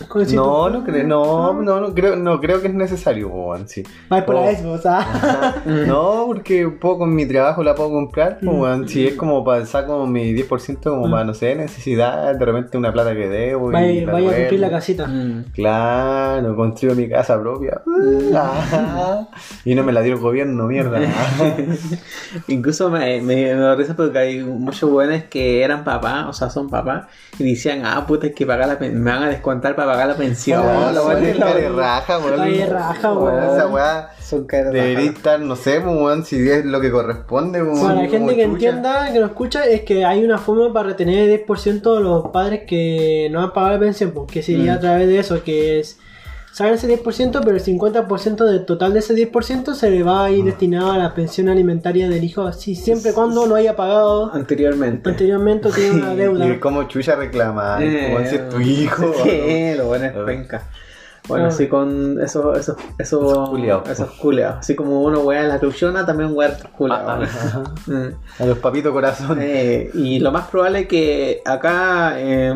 Speaker 2: Con el
Speaker 3: No,
Speaker 2: 5.
Speaker 3: no creo, no, no, no creo, no creo que es necesario, weón, sí.
Speaker 2: Vais Ah. por
Speaker 3: Oh.
Speaker 2: la Xbox, ah.
Speaker 3: [LAUGHS] No, porque puedo con mi trabajo la puedo comprar, pues, weón,
Speaker 2: Mm.
Speaker 3: si es como para saco mi 10% como
Speaker 2: Ah.
Speaker 3: para, no sé, necesidad, de repente una plata que debo y
Speaker 2: Vais-
Speaker 3: la
Speaker 2: vais a cumplir la
Speaker 3: devuelvo.
Speaker 2: casita.
Speaker 1: Mm.
Speaker 3: Claro, construyo mi casa propia.
Speaker 2: Mm.
Speaker 3: Ah, [LAUGHS] y no me la dio el gobierno,
Speaker 2: [LAUGHS]
Speaker 3: mierda. [LAUGHS]
Speaker 1: Incluso me, me, me da risa porque hay muchos buenos que eran papás, o sea, son papás, y decían, ah, puta, es que pagar la pen- me van a descontar para pagar la pensión.
Speaker 3: No, Oh, la weá
Speaker 1: Son-
Speaker 3: tiene cara de raja, weón.
Speaker 2: Cara de raja, weón.
Speaker 3: Esa weá
Speaker 1: son caras rajas.
Speaker 3: debería estar, no sé, pues, weón, si es lo que corresponde, pues,
Speaker 2: Para
Speaker 3: weón,
Speaker 2: la gente
Speaker 3: como
Speaker 2: que
Speaker 3: chucha.
Speaker 2: entienda, que nos escucha, es que hay una forma para retener el 10% de los padres que no han pagado la pensión, porque
Speaker 3: Mm.
Speaker 2: sería a través de eso, que es sacan ese 10%, pero el 50% del total de ese 10% se le va a
Speaker 3: Mm.
Speaker 2: ir destinado a la pensión alimentaria del hijo, así siempre y cuando no haya pagado
Speaker 1: Anteriormente. Eh,
Speaker 2: anteriormente o tiene una deuda.
Speaker 3: Ah, [LAUGHS] Y como chucha reclamar, weón, si es tu hijo. weón.
Speaker 1: [LAUGHS] Sí, lo bueno es penca. Bueno, así con esos esos esos
Speaker 3: culiaos.
Speaker 1: esos culiaos. Así como uno wea en la cruzona, también wea en culiao. Mm.
Speaker 3: A los papitos corazón.
Speaker 1: Eh, y lo más probable es que acá, eh,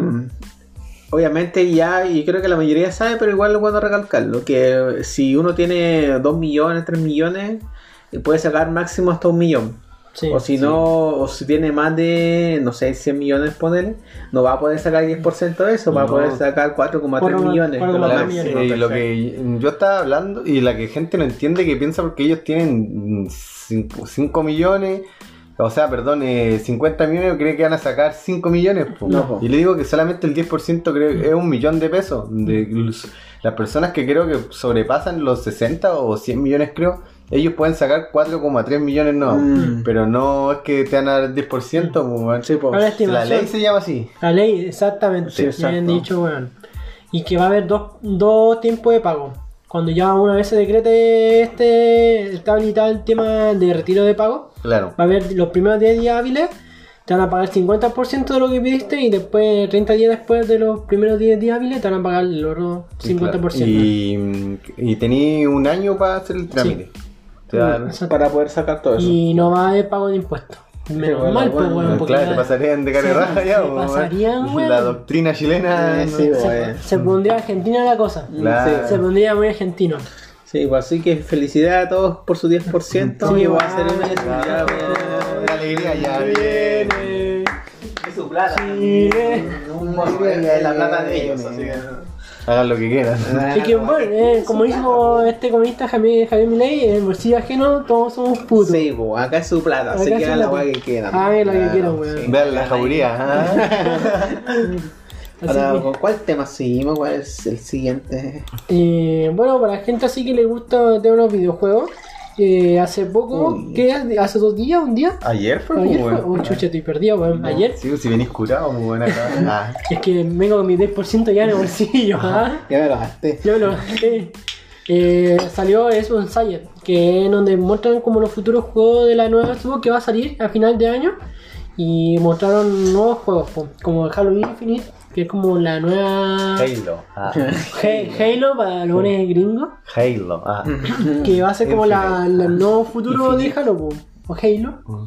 Speaker 1: obviamente ya, y creo que la mayoría sabe, pero igual lo puedo recalcarlo, que si uno tiene 2 millones, 3 millones, eh, puede sacar máximo hasta un millón.
Speaker 2: Sí.
Speaker 1: o si no, o si tiene más de, no sé, 100 millones, ponele, no va a poder sacar 10% de eso, va a
Speaker 3: No.
Speaker 1: poder sacar 4,3
Speaker 2: Cuatro-
Speaker 1: millones.
Speaker 2: cuatro
Speaker 1: de
Speaker 2: coma
Speaker 1: dólares.
Speaker 2: tres millones.
Speaker 3: Eh, lo que yo estaba hablando y la que gente no entiende que piensa porque ellos tienen 5 millones, o sea, perdón, eh, 50 millones, cree que van a sacar 5 millones. po.
Speaker 1: No, po.
Speaker 3: Y le digo que solamente el 10% creo que es un millón de pesos. De los- las personas que creo que sobrepasan los 60 o 100 millones, creo, ellos pueden sacar 4,3 millones no.
Speaker 1: Mm.
Speaker 3: Pero no es que te van a dar el 10%, po, weón.
Speaker 1: Sí, po.
Speaker 2: Ahora estimación.
Speaker 3: la ley se llama así.
Speaker 2: La ley, exactamente.
Speaker 1: Sí, exacto.
Speaker 2: Me han dicho, weón. Y que va a haber dos, dos tiempos de pago. Cuando ya una vez se decrete este, está habilitado el tema de retiro de pago,
Speaker 3: Claro.
Speaker 2: va a haber los primeros 10 días hábiles, te van a pagar 50% de lo que pidiste y después, 30 días después de los primeros 10 días hábiles, te van a pagar el otro 50%.
Speaker 3: Y, y tení un año para hacer el trámite. Te dan-
Speaker 2: Exacto.
Speaker 1: para poder sacar todo eso.
Speaker 2: Y no va a haber pago de impuestos. Menos
Speaker 1: bueno,
Speaker 2: mal, pues,
Speaker 1: bueno,
Speaker 2: weón, porque
Speaker 3: claro, te
Speaker 2: ya-
Speaker 3: pasarían de cara
Speaker 2: se-
Speaker 3: y raja
Speaker 2: se
Speaker 3: ya, po, weón.
Speaker 2: pasarían, weón.
Speaker 3: La doctrina chilena.
Speaker 1: Eh,
Speaker 3: no-
Speaker 1: sí,
Speaker 2: se-
Speaker 1: weón.
Speaker 2: se pondría argentina la cosa.
Speaker 3: Claro.
Speaker 2: Se pondría muy argentino.
Speaker 1: Sí, pues así que felicidad a todos por su 10%.
Speaker 2: Sí,
Speaker 1: que va
Speaker 2: guau.
Speaker 1: a ser un mes. Ya,
Speaker 3: Claro.
Speaker 1: weón.
Speaker 3: La alegría ya viene.
Speaker 1: Es su plata.
Speaker 3: Es la plata de ellos, así que- Hagan lo que quieran.
Speaker 2: [LAUGHS] Y que bueno, eh, como dijo este comunista Javier, Javier Milei, en el bolsillo ajeno todos somos putos.
Speaker 1: Sí, pues acá es su plata,
Speaker 2: Acá
Speaker 1: así
Speaker 2: es
Speaker 1: que
Speaker 2: su
Speaker 1: hagan la
Speaker 2: plata.
Speaker 1: weá que quieran.
Speaker 2: Hagan la que
Speaker 1: Claro,
Speaker 2: quieran, weón.
Speaker 1: sí.
Speaker 3: Vean la jauría.
Speaker 2: [LAUGHS]
Speaker 3: ¿ah?
Speaker 2: Así
Speaker 1: Ahora,
Speaker 2: que-
Speaker 1: ¿con ¿cuál tema seguimos? ¿Cuál es el
Speaker 2: [LAUGHS]
Speaker 1: siguiente?
Speaker 2: Eh, bueno, para la gente así que le gusta tener unos videojuegos, eh, hace poco,
Speaker 1: Uy.
Speaker 2: ¿qué? ¿Hace dos días? ¿Un día?
Speaker 3: Ayer fue
Speaker 2: Ayer fue.
Speaker 3: weón.
Speaker 2: Oh, chucha, estoy perdido, weón. Ayer.
Speaker 3: Sí, si venís curado, muy buena acá.
Speaker 2: [LAUGHS]
Speaker 3: Ah.
Speaker 2: Es que vengo con mi 10% ya en el bolsillo, [LAUGHS] ¿ah?
Speaker 1: Ya este. me lo gasté.
Speaker 2: Yo lo eh, salió es un Sayet, que es donde muestran como los futuros juegos de la nueva Xbox que va a salir a final de año. Y mostraron nuevos juegos, po, como el Halo Infinite, que es como la nueva Halo,
Speaker 3: Halo.
Speaker 2: [LAUGHS]
Speaker 3: ah.
Speaker 2: Halo para los buenos gringos,
Speaker 3: Halo. ah.
Speaker 2: que va a ser como la, la- el nuevo futuro de Halo, po, o Halo.
Speaker 3: Mm.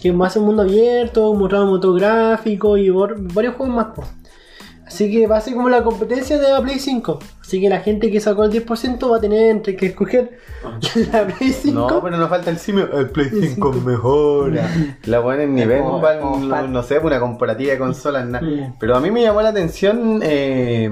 Speaker 2: Que va a ser un mundo abierto, mostraron motor gráfico y vor- varios juegos más, po. Así que va a ser como la competencia de la Play 5. Así que la gente que sacó el 10% va a tener entre que escoger [LAUGHS] la Play 5.
Speaker 3: Ah. No, pues, pero nos falta el simio. El Play 5
Speaker 1: [LAUGHS]
Speaker 3: mejora. La buena en nivel,
Speaker 1: como-
Speaker 3: van,
Speaker 1: como
Speaker 3: no,
Speaker 1: Pat.
Speaker 3: no sé, una comparativa de consolas, nada.
Speaker 2: Mm.
Speaker 3: Pero a mí me llamó la atención. Eh,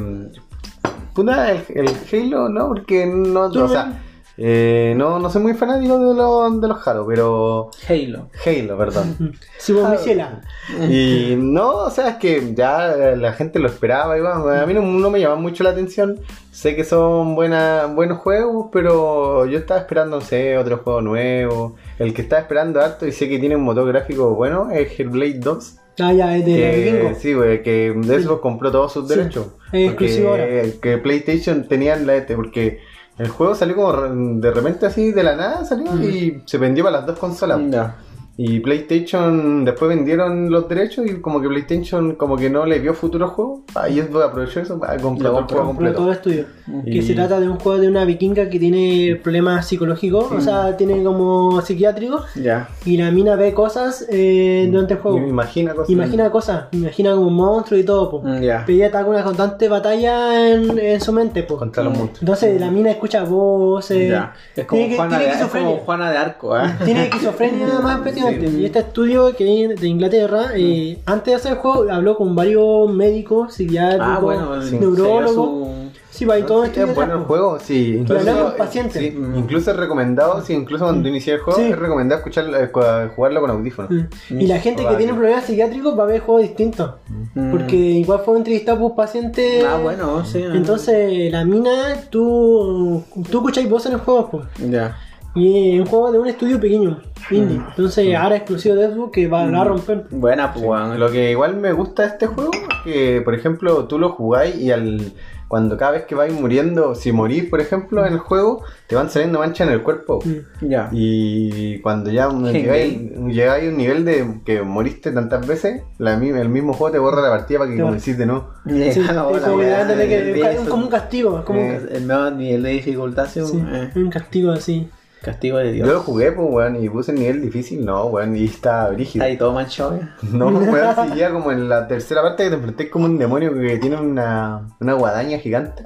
Speaker 3: puta, el, el Halo, ¿no? Porque no.
Speaker 2: Yo
Speaker 3: O sea, eh, no, no soy muy fanático de, los de los Halo, pero.
Speaker 1: Halo.
Speaker 3: Halo, perdón.
Speaker 2: Si
Speaker 3: ah.
Speaker 2: vos me hicieras. [LAUGHS]
Speaker 3: Y no, o sea, es que ya la gente lo esperaba, y bueno, a mí no, no me llama mucho la atención. Sé que son buena, buenos juegos, pero yo estaba esperando, no sé, otro juego nuevo. El que estaba esperando harto y sé que tiene un motor gráfico bueno es Hellblade 2.
Speaker 2: Ah, ya, es de
Speaker 3: Que,
Speaker 2: gringo.
Speaker 3: sí, güey, que de eso compró todos sus
Speaker 2: Sí,
Speaker 3: derechos.
Speaker 2: es
Speaker 3: Porque,
Speaker 2: exclusivo ahora.
Speaker 3: Que PlayStation tenían la ET, porque el juego salió como re- de repente así, de la nada salió
Speaker 2: Mm.
Speaker 3: y se vendió para las dos consolas.
Speaker 1: No.
Speaker 3: Y PlayStation después vendieron los derechos y como que PlayStation como que no le vio futuro al juego. Ahí es donde aprovechó eso para comprar
Speaker 1: Lo
Speaker 3: el juego
Speaker 2: Compró todo
Speaker 3: completo. Mm.
Speaker 2: estudio.
Speaker 3: Y-
Speaker 2: Que se trata de un juego de una vikinga que tiene problemas psicológicos,
Speaker 3: Mm.
Speaker 2: o sea, tiene como psiquiátricos.
Speaker 1: Ya.
Speaker 2: Y la mina ve cosas eh, durante el juego.
Speaker 3: Imagina cosas.
Speaker 2: Imagina cosas, imagina como un monstruo y todo. Po.
Speaker 1: Mm, Ya.
Speaker 2: Pero ella está con una constante batalla en, en su mente. Po.
Speaker 3: Contra los monstruos.
Speaker 2: Entonces la mina escucha voces.
Speaker 1: Ya. Es como,
Speaker 2: tiene, que-
Speaker 1: Juana
Speaker 2: tiene
Speaker 1: de, es como
Speaker 2: esquizofrenia.
Speaker 1: Juana de Arco, ¿eh?
Speaker 2: Tiene esquizofrenia
Speaker 1: [LAUGHS]
Speaker 2: más impresionante.
Speaker 1: Sí. Mm.
Speaker 2: Y este estudio que es de Inglaterra, eh, antes de hacer el juego, habló con varios médicos, psiquiátricos,
Speaker 1: Ah, bueno, sí.
Speaker 2: neurólogos. Sí, va, y todo este
Speaker 3: Sí,
Speaker 2: esto.
Speaker 3: es bueno el juego, sí.
Speaker 2: hablamos
Speaker 3: Incluso,
Speaker 2: con pacientes.
Speaker 3: sí, incluso es recomendado, sí, incluso cuando inicié el juego,
Speaker 2: Mm. Sí. Mm.
Speaker 3: es recomendado escuchar, eh, cu- jugarlo con audífonos.
Speaker 2: Y la gente que tiene problemas psiquiátricos va a ver juegos distintos.
Speaker 1: Mm.
Speaker 2: Porque igual fue entrevistado por pacientes.
Speaker 1: Ah, bueno, sí.
Speaker 2: Entonces, la mina, tú, tú escucháis voz en el juego, po.
Speaker 1: Ya.
Speaker 2: Y es un juego de un estudio pequeño, indie.
Speaker 1: Mm.
Speaker 2: Entonces, ahora exclusivo de Xbox que va, la va a romper.
Speaker 1: Buena, pues, weón.
Speaker 3: Lo que igual me gusta de este juego es que, por ejemplo, tú lo jugáis y al cuando cada vez que vais muriendo, si morís, por ejemplo, en el juego, te van saliendo manchas en el
Speaker 2: Mm.
Speaker 3: cuerpo.
Speaker 1: Ya.
Speaker 3: Y cuando ya llegáis llegáis a un nivel de que moriste tantas veces, la, mi- el mismo juego te borra la partida para que
Speaker 2: Claro.
Speaker 3: comencís de nuevo.
Speaker 1: [LAUGHS] Ya,
Speaker 2: Sí, es
Speaker 1: [LAUGHS] hola,
Speaker 2: como que
Speaker 1: weón,
Speaker 2: va a tener que buscar
Speaker 1: eso.
Speaker 2: un- como un castigo, es como un,
Speaker 1: Eh, El nuevo nivel de dificultad, sí,
Speaker 2: sí,
Speaker 1: eh,
Speaker 2: un castigo así.
Speaker 1: Castigo de
Speaker 3: Yo lo
Speaker 1: Dios.
Speaker 3: jugué, pues, weón, y puse el nivel difícil, no, weón, y está brígido.
Speaker 1: Está ahí todo manchado, ya.
Speaker 3: No, weón, si ya como en la tercera parte que te enfrenté como un demonio que tiene una, una guadaña gigante.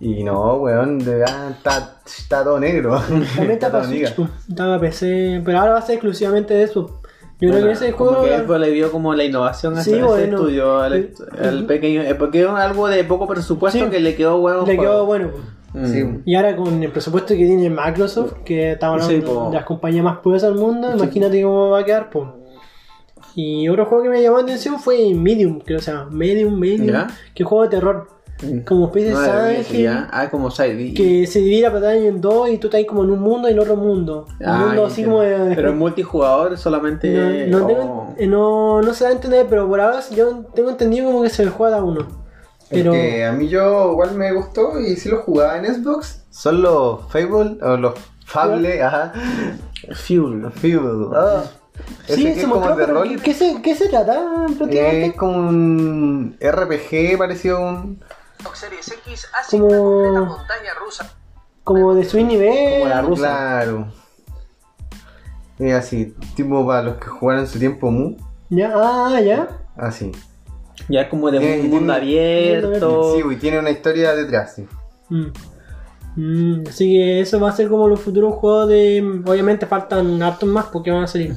Speaker 3: Y no, weón, de verdad está, está todo negro.
Speaker 2: También está para Switch,
Speaker 3: negro.
Speaker 2: po. está para PC, pero ahora va a ser exclusivamente de eso. Yo creo que ese
Speaker 1: como
Speaker 2: juego.
Speaker 1: que Xbox le dio como la innovación a
Speaker 2: Sí,
Speaker 1: ese
Speaker 2: bueno.
Speaker 1: estudio, al,
Speaker 2: Eh,
Speaker 1: al
Speaker 2: eh.
Speaker 1: pequeño. eh, Porque es algo de poco presupuesto
Speaker 2: Sí.
Speaker 1: que le quedó huevo.
Speaker 2: le
Speaker 1: juego.
Speaker 2: quedó bueno. po.
Speaker 1: Mm.
Speaker 3: Sí.
Speaker 2: Y ahora con el presupuesto que tiene Microsoft, que está hablando
Speaker 1: Sí, pues. po.
Speaker 2: de las compañías más poderosas del mundo, imagínate cómo va a quedar. po. Y otro juego que me llamó la atención fue Medium, creo que se llama Medium, Medium,
Speaker 1: Ya.
Speaker 2: que es juego de terror.
Speaker 1: Mm.
Speaker 2: Como especie
Speaker 1: No,
Speaker 2: de
Speaker 1: era
Speaker 2: ángel.
Speaker 1: bien, sí, ya. Ah, como side B.
Speaker 2: que se divide la pantalla en dos y tú estás ahí como en un mundo y en otro mundo. Un
Speaker 1: Ah,
Speaker 2: mundo así
Speaker 1: entiendo.
Speaker 2: como de, de-
Speaker 1: Pero en multijugador solamente.
Speaker 2: no, no, tengo-
Speaker 1: oh.
Speaker 2: eh, no, no se da a entender, pero por ahora yo tengo entendido como que se juega a uno. Pero
Speaker 3: Porque Eh, a mí yo igual me gustó y sí lo jugaba en Xbox. Son los Fable o los Fable, ajá.
Speaker 1: Fuel.
Speaker 3: Los Fable. ah. Ese
Speaker 2: sí,
Speaker 3: que
Speaker 2: se
Speaker 3: es como
Speaker 2: mostró,
Speaker 3: de
Speaker 2: pero
Speaker 3: rol.
Speaker 2: ¿qué, qué se, ¿qué se trata prácticamente?
Speaker 3: Eh, Es como un RPG parecido a un.
Speaker 5: Xbox Series X hace
Speaker 2: Como-
Speaker 5: una completa montaña rusa.
Speaker 2: como de swing nivel.
Speaker 1: como la rusa.
Speaker 3: Claro. Es así, tipo para los que jugaron en su tiempo Mu.
Speaker 2: Ya, ah, ya.
Speaker 3: Así.
Speaker 1: Ya como de
Speaker 3: Eh,
Speaker 1: un
Speaker 3: y
Speaker 1: mundo
Speaker 3: tiene-
Speaker 1: abierto.
Speaker 3: Sí, y tiene una historia detrás, sí.
Speaker 2: Mm. Mm, así que eso va a ser como los futuros juegos de... Obviamente faltan hartos más porque van a salir.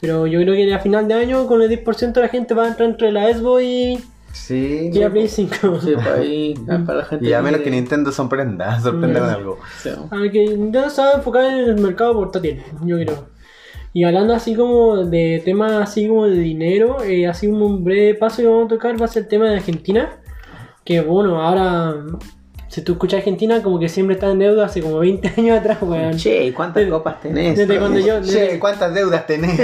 Speaker 2: Pero yo creo que a final de año con el 10% de la gente va a entrar entre la Xbox y,
Speaker 3: Sí.
Speaker 2: y la Play 5.
Speaker 1: Sí, para ahí, para la gente.
Speaker 3: Y a menos que
Speaker 1: quiere-
Speaker 3: Nintendo sorprenda, [LAUGHS] sorprenda
Speaker 2: Mm.
Speaker 3: con algo.
Speaker 1: Sí.
Speaker 2: [LAUGHS] A ver, que Nintendo se va a enfocar en el mercado portátil, yo creo. Y hablando así como de temas así como de dinero, eh, así como un breve paso que vamos a tocar va a ser el tema de Argentina. Que bueno, ahora si tú escuchas Argentina como que siempre está en deuda hace como 20 años atrás, weón.
Speaker 1: Che, ¿y ¿cuántas
Speaker 2: Ah, Desde-
Speaker 1: copas tenés?
Speaker 2: desde cuando yo-
Speaker 3: Che, ¿cuántas deudas tenés?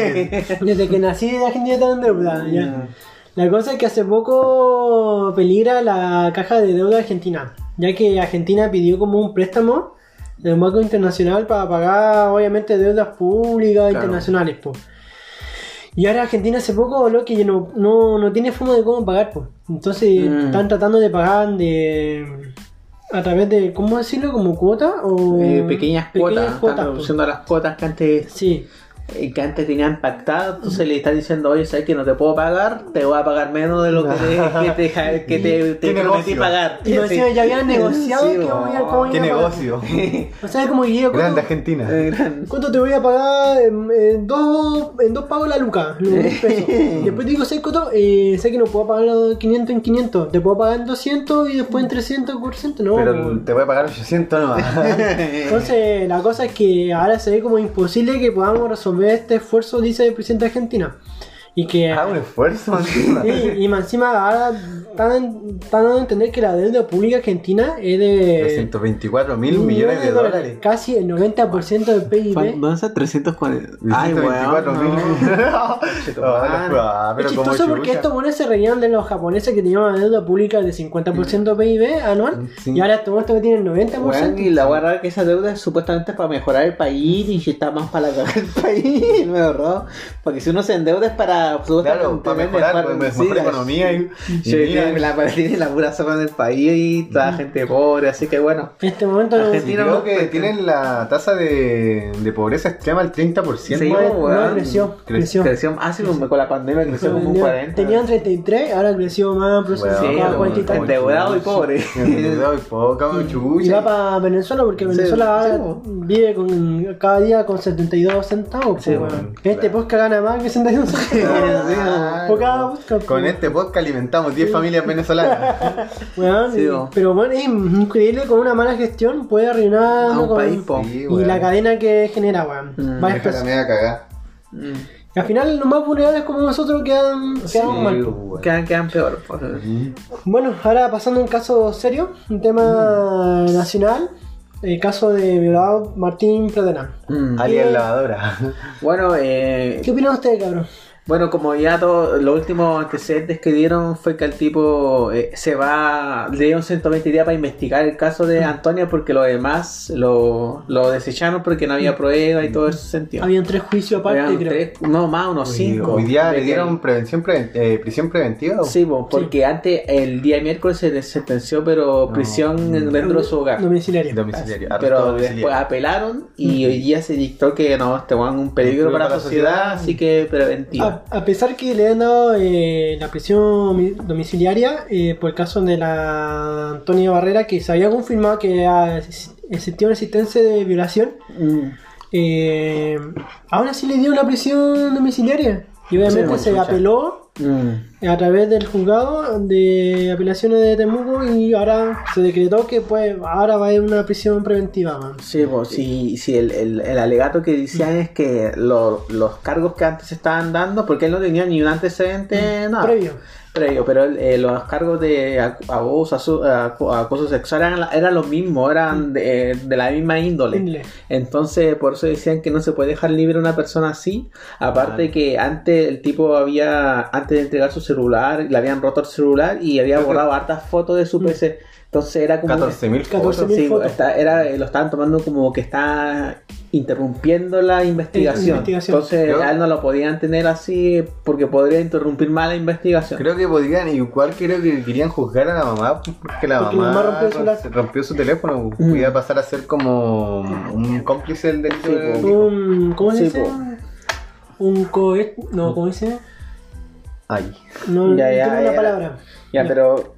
Speaker 2: Desde que nací Argentina está en deuda. ya. La cosa es que hace poco peligra la caja de deuda argentina, ya que Argentina pidió como un préstamo de un banco internacional para pagar obviamente deudas públicas internacionales. po. Y ahora Argentina hace poco lo que no, no, no tiene forma de cómo pagar. po. Entonces
Speaker 1: Mm.
Speaker 2: están tratando de pagar de a través de, ¿cómo decirlo? ¿Como cuota? o
Speaker 1: Eh, pequeñas cuotas, están
Speaker 2: po.
Speaker 1: reduciendo las cuotas que antes,
Speaker 2: Sí.
Speaker 1: eh, que antes tenían pactadas, entonces le están diciendo, oye, sabes que no te puedo pagar, te voy a pagar menos de lo
Speaker 2: [LAUGHS]
Speaker 1: que te, que te, ja- que te, te
Speaker 3: ¿Qué
Speaker 1: prometí
Speaker 3: negocio?
Speaker 1: pagar.
Speaker 2: Y lo decía, ya habían negociado que voy a-
Speaker 1: [LAUGHS]
Speaker 2: cómo
Speaker 3: Qué
Speaker 2: iba a pagar.
Speaker 3: negocio.
Speaker 2: O sea, como que yo, ¿cuánto-
Speaker 3: [LAUGHS] Grande Argentina.
Speaker 1: Eh,
Speaker 2: ¿Cuánto te voy a pagar en, en dos, en dos pagos la luca?
Speaker 3: [LAUGHS]
Speaker 2: Los mil pesos. Después te digo, ¿sabes cuánto? Eh, sé que no puedo pagar los 500 en 500. Te puedo pagar en 200 y después en 300 en 400. No,
Speaker 3: Mm. Pero
Speaker 2: weón.
Speaker 3: te voy a pagar 800 nomás. [LAUGHS]
Speaker 2: entonces la cosa es que ahora se ve como imposible que podamos resolver este esfuerzo, dice el presidente de Argentina. Y que...
Speaker 3: Ah, un esfuerzo encima.
Speaker 2: y, y más encima ahora están, están dando a entender que la deuda pública argentina es de...
Speaker 3: 324 mil millones
Speaker 2: eh,
Speaker 3: de dólares.
Speaker 2: Casi el 90% del PIB.
Speaker 1: Vamos a 340. Ay,
Speaker 3: 324
Speaker 1: [LAUGHS]
Speaker 3: mil.
Speaker 2: [LAUGHS]
Speaker 3: Ah, no,
Speaker 2: es
Speaker 3: Pero como
Speaker 2: chistoso porque
Speaker 3: chucha.
Speaker 2: estos monos se reían de los japoneses que tenían una deuda pública de
Speaker 1: Mm.
Speaker 2: 50% PIB anual
Speaker 3: Sí.
Speaker 2: y ahora estos monos que tienen 90%.
Speaker 1: Bueno, y la guarda que esa deuda es supuestamente para mejorar el país y si está más para la caga el [LAUGHS] país, me ahorró. Porque si uno se endeuda es para supuestamente
Speaker 3: Claro, para mejorar, para mejorar
Speaker 1: sí,
Speaker 3: la economía. Y, y
Speaker 1: Sí,
Speaker 3: mira,
Speaker 1: tiene la, [LAUGHS] tiene la pura zona del país y toda la gente pobre, así que bueno.
Speaker 2: En este momento no,
Speaker 3: y
Speaker 1: Argentina-
Speaker 3: creo
Speaker 1: Tíralo,
Speaker 3: que
Speaker 1: pues,
Speaker 3: tienen la tasa de, de pobreza extrema al 30%.
Speaker 1: Sí,
Speaker 2: no, no,
Speaker 1: weón.
Speaker 2: creció, creció.
Speaker 3: Creció.
Speaker 1: Creció, ah, sí, con la pandemia creció como un 40.
Speaker 2: Tenían 33, ahora creció más, pero se
Speaker 3: Weón,
Speaker 1: Sí,
Speaker 2: sacaba
Speaker 1: weón,
Speaker 2: 40 y tanto.
Speaker 1: endeudado y pobre.
Speaker 3: Endeudado y poco,
Speaker 2: Y va
Speaker 3: chucha.
Speaker 2: para Venezuela porque
Speaker 1: Sí,
Speaker 2: Venezuela
Speaker 1: sí,
Speaker 2: ahora
Speaker 1: weón.
Speaker 2: vive con, cada día con 72 centavos.
Speaker 1: Sí,
Speaker 2: pues,
Speaker 3: weón,
Speaker 2: weón. Este
Speaker 3: claro.
Speaker 2: podcast gana más
Speaker 1: [LAUGHS]
Speaker 2: que 72 centavos.
Speaker 3: Ah,
Speaker 2: Por cada podcast,
Speaker 3: Con
Speaker 2: pues.
Speaker 3: este podcast alimentamos 10
Speaker 1: [LAUGHS]
Speaker 3: familias venezolanas.
Speaker 2: Weón,
Speaker 1: Sí,
Speaker 2: y-
Speaker 1: bo.
Speaker 2: pero bueno, es increíble con una mala gestión puede arruinar
Speaker 1: A un
Speaker 2: con-
Speaker 1: país, po.
Speaker 3: Sí,
Speaker 2: y
Speaker 3: weón.
Speaker 2: la cadena que genera, weón.
Speaker 1: Mm,
Speaker 2: Varias
Speaker 3: Deja la
Speaker 2: personas.
Speaker 3: media cagada.
Speaker 1: Mm.
Speaker 2: Y al final los más vulnerables como nosotros quedan, quedan mal. po.
Speaker 3: weón.
Speaker 1: Quedan, quedan peor. pues.
Speaker 2: Bueno, ahora pasando a un caso serio, un tema nacional, el caso de violado Martín Platena.
Speaker 1: Mm.
Speaker 3: Alias lavadora.
Speaker 1: Bueno, eh,
Speaker 2: ¿Qué opinan ustedes, cabrón?
Speaker 1: Bueno, como ya todo, los últimos antecedentes que dieron fue que el tipo eh, se va, le dieron 120 días para investigar el caso de Antonio porque los demás lo, lo desecharon porque no había prueba y todo eso sentido.
Speaker 2: Habían tres juicios aparte,
Speaker 1: Habían
Speaker 2: creo.
Speaker 1: tres- no más, unos cinco.
Speaker 3: Hoy día
Speaker 1: De
Speaker 3: le
Speaker 1: que-
Speaker 3: dieron prevención preven- eh, prisión preventiva. ¿o?
Speaker 1: Sí, po, porque antes el día miércoles se les sentenció, pero
Speaker 3: No.
Speaker 1: prisión dentro de su hogar.
Speaker 2: Domiciliario.
Speaker 3: Domiciliario. arresto
Speaker 1: Pero
Speaker 3: domiciliario.
Speaker 1: después apelaron y hoy día se dictó que no, este weón es un peligro para la sociedad, así que preventivo.
Speaker 2: Ah, a, a pesar que le han dado eh, la prisión mi- domiciliaria eh, por el caso de la Antonia Barrera, que se había confirmado que ah, es- existía una existencia de violación,
Speaker 1: Mm.
Speaker 2: eh, aún así le dio la prisión domiciliaria. Y obviamente
Speaker 1: bueno,
Speaker 2: se
Speaker 1: chucha.
Speaker 2: apeló eh,
Speaker 1: Mm.
Speaker 2: a través del juzgado de apelaciones de Temuco y ahora se decretó que pues ahora va a haber una prisión preventiva. man.
Speaker 1: Sí, pues, sí, sí, el, el- el alegato que decían es que lo- los cargos que antes se estaban dando, porque él no tenía ni un antecedente, nada.
Speaker 2: Previo.
Speaker 1: Mm. previo, pero eh, los cargos de ac- abuso, asu- acu- acoso sexual eran, la- eran los mismos, eran de, eh, de la misma índole.
Speaker 2: Índole.
Speaker 1: Entonces, por eso decían que no se puede dejar libre a una persona así. Aparte que antes el tipo había, antes de entregar su celular, le habían roto el celular y había borrado hartas fotos de su PC. Entonces era como...
Speaker 3: 14.000 fotos.
Speaker 2: 14.000
Speaker 1: Sí,
Speaker 2: fotos.
Speaker 1: está- era, lo estaban tomando como que está interrumpiendo la investigación.
Speaker 2: Investigación.
Speaker 1: Entonces
Speaker 3: Yo-
Speaker 1: a él no lo podían tener así porque podría interrumpir más la investigación.
Speaker 3: Creo que podrían, igual creo que querían juzgar a la mamá porque la
Speaker 2: Porque la
Speaker 3: mamá,
Speaker 2: mamá rompió el celular.
Speaker 3: rompió su teléfono
Speaker 1: Mm.
Speaker 3: y iba a pasar a ser como un cómplice del delito.
Speaker 1: Sí,
Speaker 3: del
Speaker 1: po. Mm.
Speaker 3: hijo.
Speaker 2: Un, ¿Cómo se
Speaker 1: Sí,
Speaker 2: dice?
Speaker 1: po.
Speaker 2: Un cohet. No, ¿cómo se dice?
Speaker 3: Ay,
Speaker 2: No,
Speaker 1: Ya,
Speaker 2: no
Speaker 1: ya,
Speaker 2: tengo una
Speaker 1: ya.
Speaker 2: palabra.
Speaker 1: Ya,
Speaker 2: Ya.
Speaker 1: pero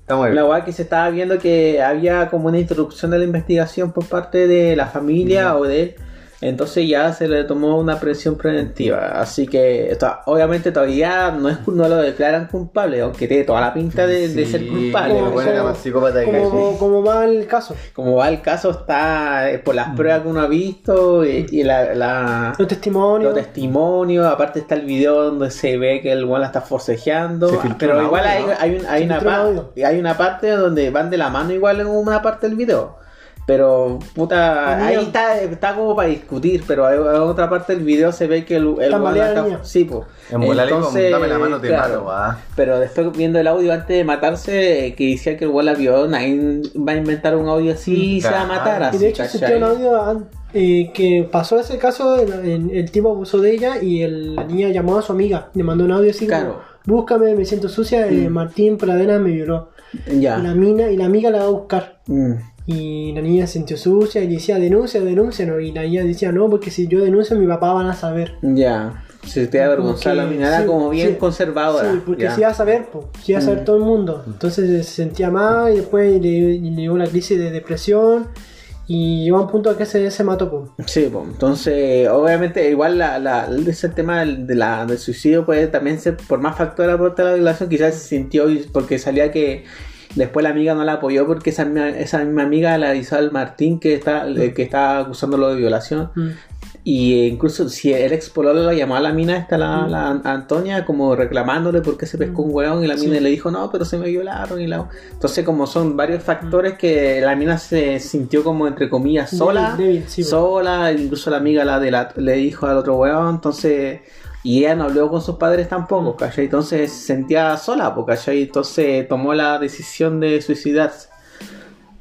Speaker 3: estamos
Speaker 1: la
Speaker 3: bien.
Speaker 1: weá que se estaba viendo que había como una interrupción de la investigación por parte de la familia o de él. Entonces ya se le tomó una presión preventiva. Así que to- obviamente todavía no es no lo declaran culpable, aunque tiene toda la pinta de, de ser
Speaker 3: Sí,
Speaker 1: culpable.
Speaker 3: pero
Speaker 1: ¿cachai?
Speaker 3: bueno, era más psicópata que
Speaker 2: Como, como va el caso.
Speaker 1: como va el caso, está eh, por las pruebas que uno ha visto eh, y, y la, la-
Speaker 2: Los testimonios.
Speaker 1: los testimonios. Aparte está el video donde se ve que el weón la está forcejeando.
Speaker 3: Se filtró
Speaker 1: Pero
Speaker 3: un
Speaker 1: igual hay,
Speaker 3: audio, ¿no?
Speaker 1: hay, un- hay
Speaker 2: Se
Speaker 1: una
Speaker 2: filtró un
Speaker 1: par-
Speaker 2: audio.
Speaker 1: hay una parte donde van de la mano igual en una parte del video. Pero, puta,
Speaker 2: La
Speaker 1: ahí
Speaker 2: niña-
Speaker 1: está, está como para discutir, pero hay- en otra parte del video se ve que el, el weón
Speaker 2: Tambalea
Speaker 1: la
Speaker 2: la
Speaker 1: está-
Speaker 2: niña.
Speaker 1: Sí, po.
Speaker 3: En volar y con
Speaker 1: Entonces,
Speaker 3: dame la mano te
Speaker 1: claro.
Speaker 3: mato, ah. va.
Speaker 1: Pero después viendo el audio antes de matarse, eh, que decía que el weón la vio, nadie va a inventar un audio así y se va a
Speaker 3: Mm, Claro.
Speaker 1: matar.
Speaker 2: y
Speaker 1: Así,
Speaker 2: de hecho
Speaker 1: ¿cachai?
Speaker 2: existió un audio an- eh, que pasó ese caso, el, el- el tipo abusó de ella y el- la niña llamó a su amiga, le mandó un audio así como,
Speaker 1: Claro.
Speaker 2: búscame, me siento sucia, eh,
Speaker 1: Mm.
Speaker 2: Martín Pradera me violó.
Speaker 1: Ya.
Speaker 2: La mina y la amiga la va a buscar.
Speaker 1: Mm.
Speaker 2: Y la niña se sintió sucia y le decía, denuncia, denuncia, ¿no? Y la niña decía, no, porque si yo denuncio, mi papá van a saber.
Speaker 1: Ya. Se te va a avergonzar la
Speaker 2: Como que-
Speaker 1: mina, era
Speaker 2: sí,
Speaker 1: como bien
Speaker 2: sí.
Speaker 1: conservadora.
Speaker 2: Sí, porque
Speaker 1: ya.
Speaker 2: si iba a saber, po, si iba a saber
Speaker 1: Mm.
Speaker 2: todo el mundo. Entonces eh, se sentía mal y después le, le dio una crisis de depresión y llegó a un punto a que se, se mató. po.
Speaker 1: Sí, pues, entonces, obviamente, igual la, la, ese tema del, de la, del suicidio puede también ser, por más factor aporte a la violación, quizás se sintió y- porque salía que después la amiga no la apoyó porque esa, misma- esa misma amiga la avisó al Martín que está, que está acusándolo de violación.
Speaker 2: Mm.
Speaker 1: Y eh, incluso si el ex pololo la llamó a la mina, esta la, la An- Antonia, como reclamándole por qué se pescó un hueón y la mina le dijo, no, pero se me violaron y la... Entonces como son varios factores que la mina se sintió como entre comillas sola,
Speaker 2: Débil, débil, sí, pues. bueno.
Speaker 1: sola, incluso la amiga la de la, le dijo al otro hueón, entonces... Y ella no habló con sus padres
Speaker 2: Mm.
Speaker 1: tampoco, ¿cachai? Entonces se sentía sola, po, ¿cachai? Entonces tomó la decisión de suicidarse.
Speaker 2: Mm.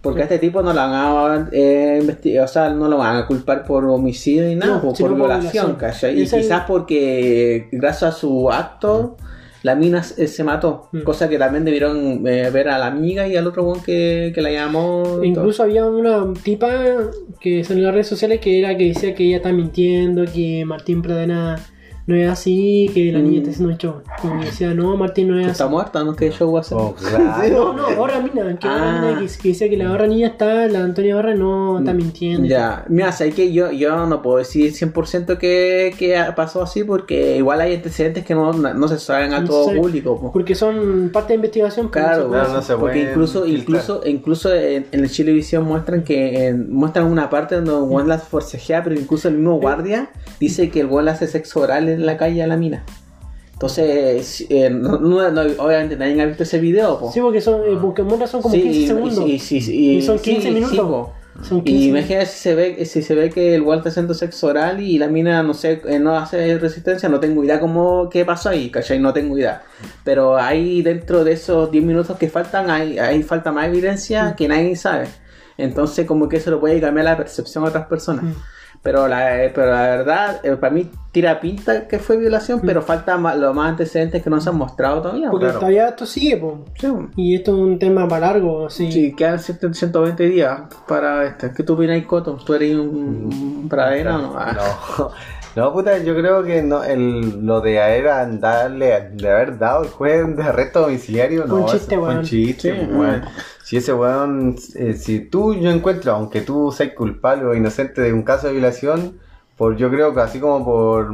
Speaker 1: Porque a este tipo no lo van a eh, investigar, o sea, no lo van a culpar por homicidio ni nada,
Speaker 2: No,
Speaker 1: por,
Speaker 2: sino
Speaker 1: por
Speaker 2: por
Speaker 1: violación,
Speaker 2: violación.
Speaker 1: ¿cachai? Y
Speaker 2: Es el-
Speaker 1: quizás porque gracias a su acto, la mina se, eh, se mató.
Speaker 2: Mm.
Speaker 1: Cosa que también debieron eh, ver a la amiga y al otro weón que, que la llamó.
Speaker 2: E Incluso había una tipa que salió en las redes sociales que era que decía que ella está mintiendo, que Martín Pradena no es así, que la
Speaker 1: Mm.
Speaker 2: niña está haciendo un show. Y decía, no, Martín no
Speaker 1: todo.
Speaker 2: es así.
Speaker 1: Está muerta, ¿no? Que yo voy a hacer.
Speaker 3: Oh,
Speaker 1: [LAUGHS]
Speaker 3: claro.
Speaker 2: No, no, ahora mina, que ahora
Speaker 1: Ah. Mm.
Speaker 2: mina que, que decía que la ahora niña está, la Antonia Barra no está mintiendo.
Speaker 1: Ya, mira, sé que yo, yo no puedo decir 100% que, que pasó así porque igual hay antecedentes que no, no se saben a
Speaker 2: No
Speaker 1: todo
Speaker 2: se sabe.
Speaker 1: público. po.
Speaker 2: Porque son parte de investigación. pues,
Speaker 1: Claro,
Speaker 2: no se puede
Speaker 1: claro,
Speaker 3: no
Speaker 2: hacer.
Speaker 3: se
Speaker 1: porque
Speaker 3: pueden
Speaker 1: incluso,
Speaker 3: filtrar.
Speaker 1: incluso, incluso en, en el Chilevisión muestran que en- muestran una parte donde un guan las forcejea, pero incluso el mismo guardia dice que el guan le hace sexo oral en la calle a la mina. Entonces, si- eh, no- no- no- obviamente nadie ha visto ese video, po.
Speaker 2: Sí, porque son, eh, Pokémon son como
Speaker 1: Sí,
Speaker 2: 15
Speaker 1: y-
Speaker 2: segundos.
Speaker 1: y- y- y-
Speaker 2: Y son 15
Speaker 1: sí,
Speaker 2: minutos.
Speaker 1: sí, po.
Speaker 2: Son
Speaker 1: Y
Speaker 2: 15
Speaker 1: imagínate si se ve, si se ve que el guan está haciendo sexo oral y la mina, no sé, eh, no hace resistencia, no tengo idea cómo, qué pasó ahí, ¿cachai? No tengo idea. Pero ahí dentro de esos 10 minutos que faltan, hay, hay falta más evidencia que nadie sabe. Entonces como que eso lo puede cambiar la percepción a otras personas.
Speaker 2: Mm.
Speaker 1: Pero la, eh, pero la verdad, eh, para mí tira pinta que fue violación, pero falta más, los más antecedentes que no se han mostrado todavía.
Speaker 2: Porque
Speaker 3: claro.
Speaker 2: todavía esto sigue, po.
Speaker 1: Sí.
Speaker 2: Y esto es un tema para largo, así.
Speaker 1: Sí, quedan 7- 120 días para este. ¿Qué tú opinas, Coto? ¿Tú eres un, un pradera o no? Ah.
Speaker 3: No. No, puta, yo creo que no, el, lo de haber, darle, de haber dado el juez de arresto domiciliario, no.
Speaker 2: Un chiste,
Speaker 3: eso fue
Speaker 2: weón.
Speaker 3: Un chiste,
Speaker 1: Sí,
Speaker 3: weón.
Speaker 1: weón.
Speaker 3: Si ese weón, eh, si tú, yo encuentro, aunque tú seas culpable o inocente de un caso de violación, por yo creo que así como por,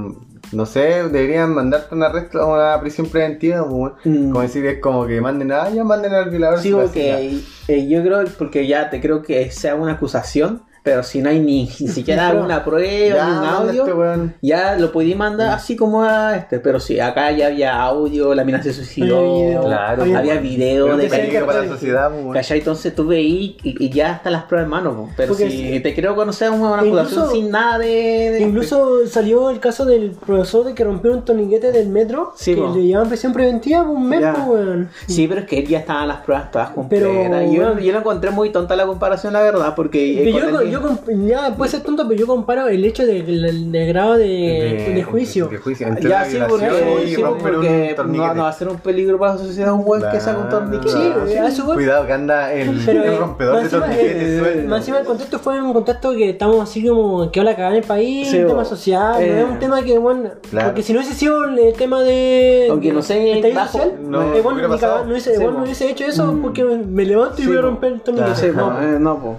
Speaker 3: no sé, deberían mandarte un arresto a una prisión preventiva, weón.
Speaker 1: Mm.
Speaker 3: Como decir, es como que manden a, ah, ya manden al violador.
Speaker 1: Sí,
Speaker 3: se la
Speaker 1: porque eh, yo creo, porque ya te creo que sea una acusación, pero si no hay ni, ni siquiera
Speaker 2: Claro.
Speaker 1: una prueba,
Speaker 3: Ya,
Speaker 1: ni un
Speaker 3: manda
Speaker 1: audio,
Speaker 3: este weón.
Speaker 1: ya lo podí mandar así como a este, pero si acá ya había audio, la mina se suicidó,
Speaker 2: Había video.
Speaker 3: Claro,
Speaker 2: Había-
Speaker 1: había video
Speaker 3: Es un
Speaker 1: de
Speaker 2: Entonces,
Speaker 3: peligro
Speaker 1: peligro.
Speaker 3: para la sociedad, weón.
Speaker 1: ¿Cachai? Entonces tú veí y, y ya están las pruebas en mano, po. pero
Speaker 2: Porque
Speaker 1: si
Speaker 2: sí.
Speaker 1: te creo conocer una, una
Speaker 2: Incluso-
Speaker 1: acusación sin nada de... de-
Speaker 2: Incluso salió el caso del profesor de que rompió un torniquete del metro
Speaker 1: Sí,
Speaker 2: que
Speaker 1: po.
Speaker 2: le llevaban prisión preventiva por un mes,
Speaker 1: Ya.
Speaker 2: po, weón.
Speaker 1: Sí, pero es que ya estaban las pruebas todas completas.
Speaker 2: Pero-
Speaker 1: Y yo, yo la encontré muy tonta la comparación, la verdad, porque... eh,
Speaker 2: Pero yo,
Speaker 1: con el-
Speaker 2: yo comp- ya puede ser tonto, pero yo comparo el hecho del, del- del grado de, de juicio.
Speaker 3: de juicio. Entre
Speaker 1: Ya,
Speaker 3: una
Speaker 1: sí,
Speaker 3: violación
Speaker 1: porque,
Speaker 3: y
Speaker 1: sí,
Speaker 3: romper un
Speaker 1: porque no,
Speaker 3: torniquete.
Speaker 1: no va a ser un peligro para la sociedad un weón que saca un torniquete.
Speaker 2: Sí,
Speaker 3: Claro.
Speaker 2: a eso voy.
Speaker 3: Cuidado que anda el,
Speaker 2: Pero,
Speaker 3: el
Speaker 2: eh,
Speaker 3: rompedor
Speaker 2: más
Speaker 3: de
Speaker 2: encima,
Speaker 3: torniquetes.
Speaker 1: eh,
Speaker 3: suelto.
Speaker 2: Más encima el contexto fue un contexto que estamos así como que habla cagada en el país,
Speaker 1: Sí,
Speaker 2: un
Speaker 1: bo.
Speaker 2: tema social,
Speaker 1: Eh,
Speaker 2: no es un tema que bueno,
Speaker 3: claro.
Speaker 2: porque si no hubiese sido el tema de
Speaker 1: Aunque no sé,
Speaker 2: estallido
Speaker 1: bajo-
Speaker 2: social,
Speaker 3: no,
Speaker 2: eh, bueno,
Speaker 3: hubiera
Speaker 2: ni
Speaker 3: pasado.
Speaker 2: cagada, no hubiese,
Speaker 1: Sí,
Speaker 2: bueno,
Speaker 1: bo.
Speaker 2: no hubiese hecho eso porque me levanto y
Speaker 1: Sí,
Speaker 2: voy a
Speaker 1: bo.
Speaker 2: romper el tornillo.
Speaker 1: No sé, no,
Speaker 3: Ajá. Mm,
Speaker 1: eh, no, po.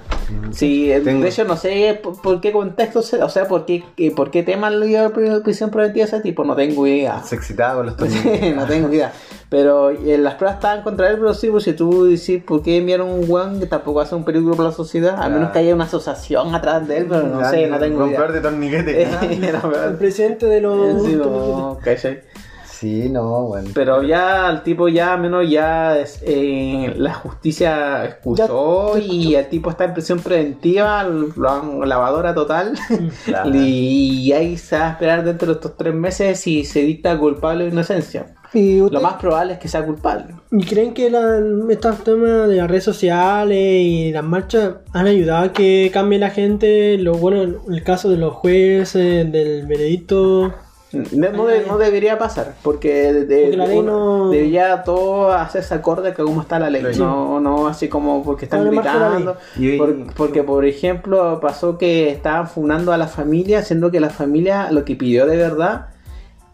Speaker 1: Sí, eh,
Speaker 3: Tengo-
Speaker 1: de hecho no sé por, por qué contexto, se- o sea, por qué, eh, por qué tema le dio pri- prisión preventiva a ese tipo, no tengo idea.
Speaker 3: Se excitaba con los torniquetes.
Speaker 1: [LAUGHS] Pues no tengo idea. Pero eh, las pruebas estaban contra él, pero sí, pues si tú decís por qué enviaron un weón que tampoco hace un peligro para la sociedad, a
Speaker 3: Claro.
Speaker 1: menos que haya una asociación atrás de él, pero no sé, no tengo idea.
Speaker 3: Romper de
Speaker 1: [LAUGHS]
Speaker 3: torniquete.
Speaker 1: Era,
Speaker 2: El
Speaker 1: weón.
Speaker 2: presidente de los
Speaker 1: Sí, no, ¿cachai?
Speaker 3: sí, no, bueno.
Speaker 1: Pero ya el tipo ya al menos ya es- eh, la justicia excusó y el tipo está en prisión preventiva, lo han- lavadora [LAUGHS] total.
Speaker 3: Claro.
Speaker 1: Y, y ahí se va a esperar dentro de estos tres meses si se dicta culpable o inocencia.
Speaker 2: y
Speaker 1: Lo
Speaker 2: usted-
Speaker 1: más probable es que sea culpable.
Speaker 2: ¿Y creen que la- estos temas de las redes sociales y las marchas han ayudado a que cambie la gente? Lo bueno, el caso de los jueces, del veredicto.
Speaker 1: No, no de- no debería pasar, porque, de- de-
Speaker 2: Porque la ley
Speaker 1: uno-
Speaker 2: no-
Speaker 1: debería todo hacerse acorde a cómo está la ley,
Speaker 3: Sí.
Speaker 1: no, no así como porque están
Speaker 2: Ahora marca la
Speaker 1: gritando.
Speaker 3: ley. Y-
Speaker 1: por- porque, por ejemplo, pasó que estaban fundando a la familia, siendo que la familia lo que pidió de verdad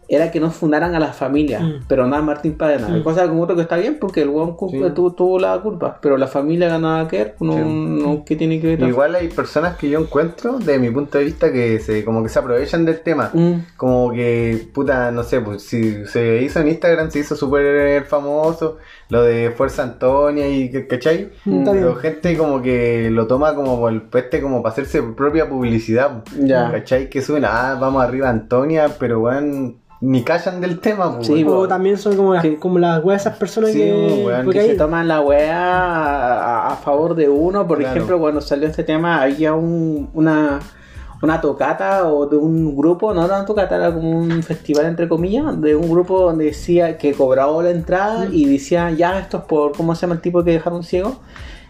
Speaker 1: era que no fundaran a la familia,
Speaker 2: Mm.
Speaker 1: pero nada Martín Padena.
Speaker 2: Mm.
Speaker 1: Cosa como otro que está bien porque el hueón culpa-
Speaker 3: Sí.
Speaker 1: tuvo, tuvo la culpa, pero la familia ganaba que ver, no,
Speaker 3: Sí.
Speaker 1: no, ¿qué tiene que ver?
Speaker 3: Igual hay personas que yo encuentro, de mi punto de vista, que se, como que se aprovechan del tema.
Speaker 1: Mm.
Speaker 3: Como que, puta, no sé, pues si se hizo en Instagram, se hizo súper famoso, lo de Fuerza Antonia y, que- ¿cachai?
Speaker 1: Mm,
Speaker 2: Está bien.
Speaker 3: Pero gente como que lo toma como por el peste, como para hacerse propia publicidad.
Speaker 1: Ya.
Speaker 3: ¿Cachai? Que suben, ah, vamos arriba Antonia, pero weón, ni callan del tema, pues,
Speaker 1: Sí,
Speaker 3: weón.
Speaker 2: O también son como las,
Speaker 1: Sí.
Speaker 2: como las weas esas personas
Speaker 3: Sí,
Speaker 2: que.
Speaker 3: weón,
Speaker 1: Porque
Speaker 2: porque
Speaker 1: se
Speaker 2: hay,
Speaker 1: toman la weá a, a- a favor de uno. Por
Speaker 3: Claro.
Speaker 1: ejemplo, cuando salió este tema, había un- una, una tocata o de un grupo, no era una tocata, era como un festival, entre comillas, de un grupo donde decía que cobraba la entrada
Speaker 3: Mm.
Speaker 1: y decía, ya, esto es por, ¿cómo se llama el tipo que dejaron ciego?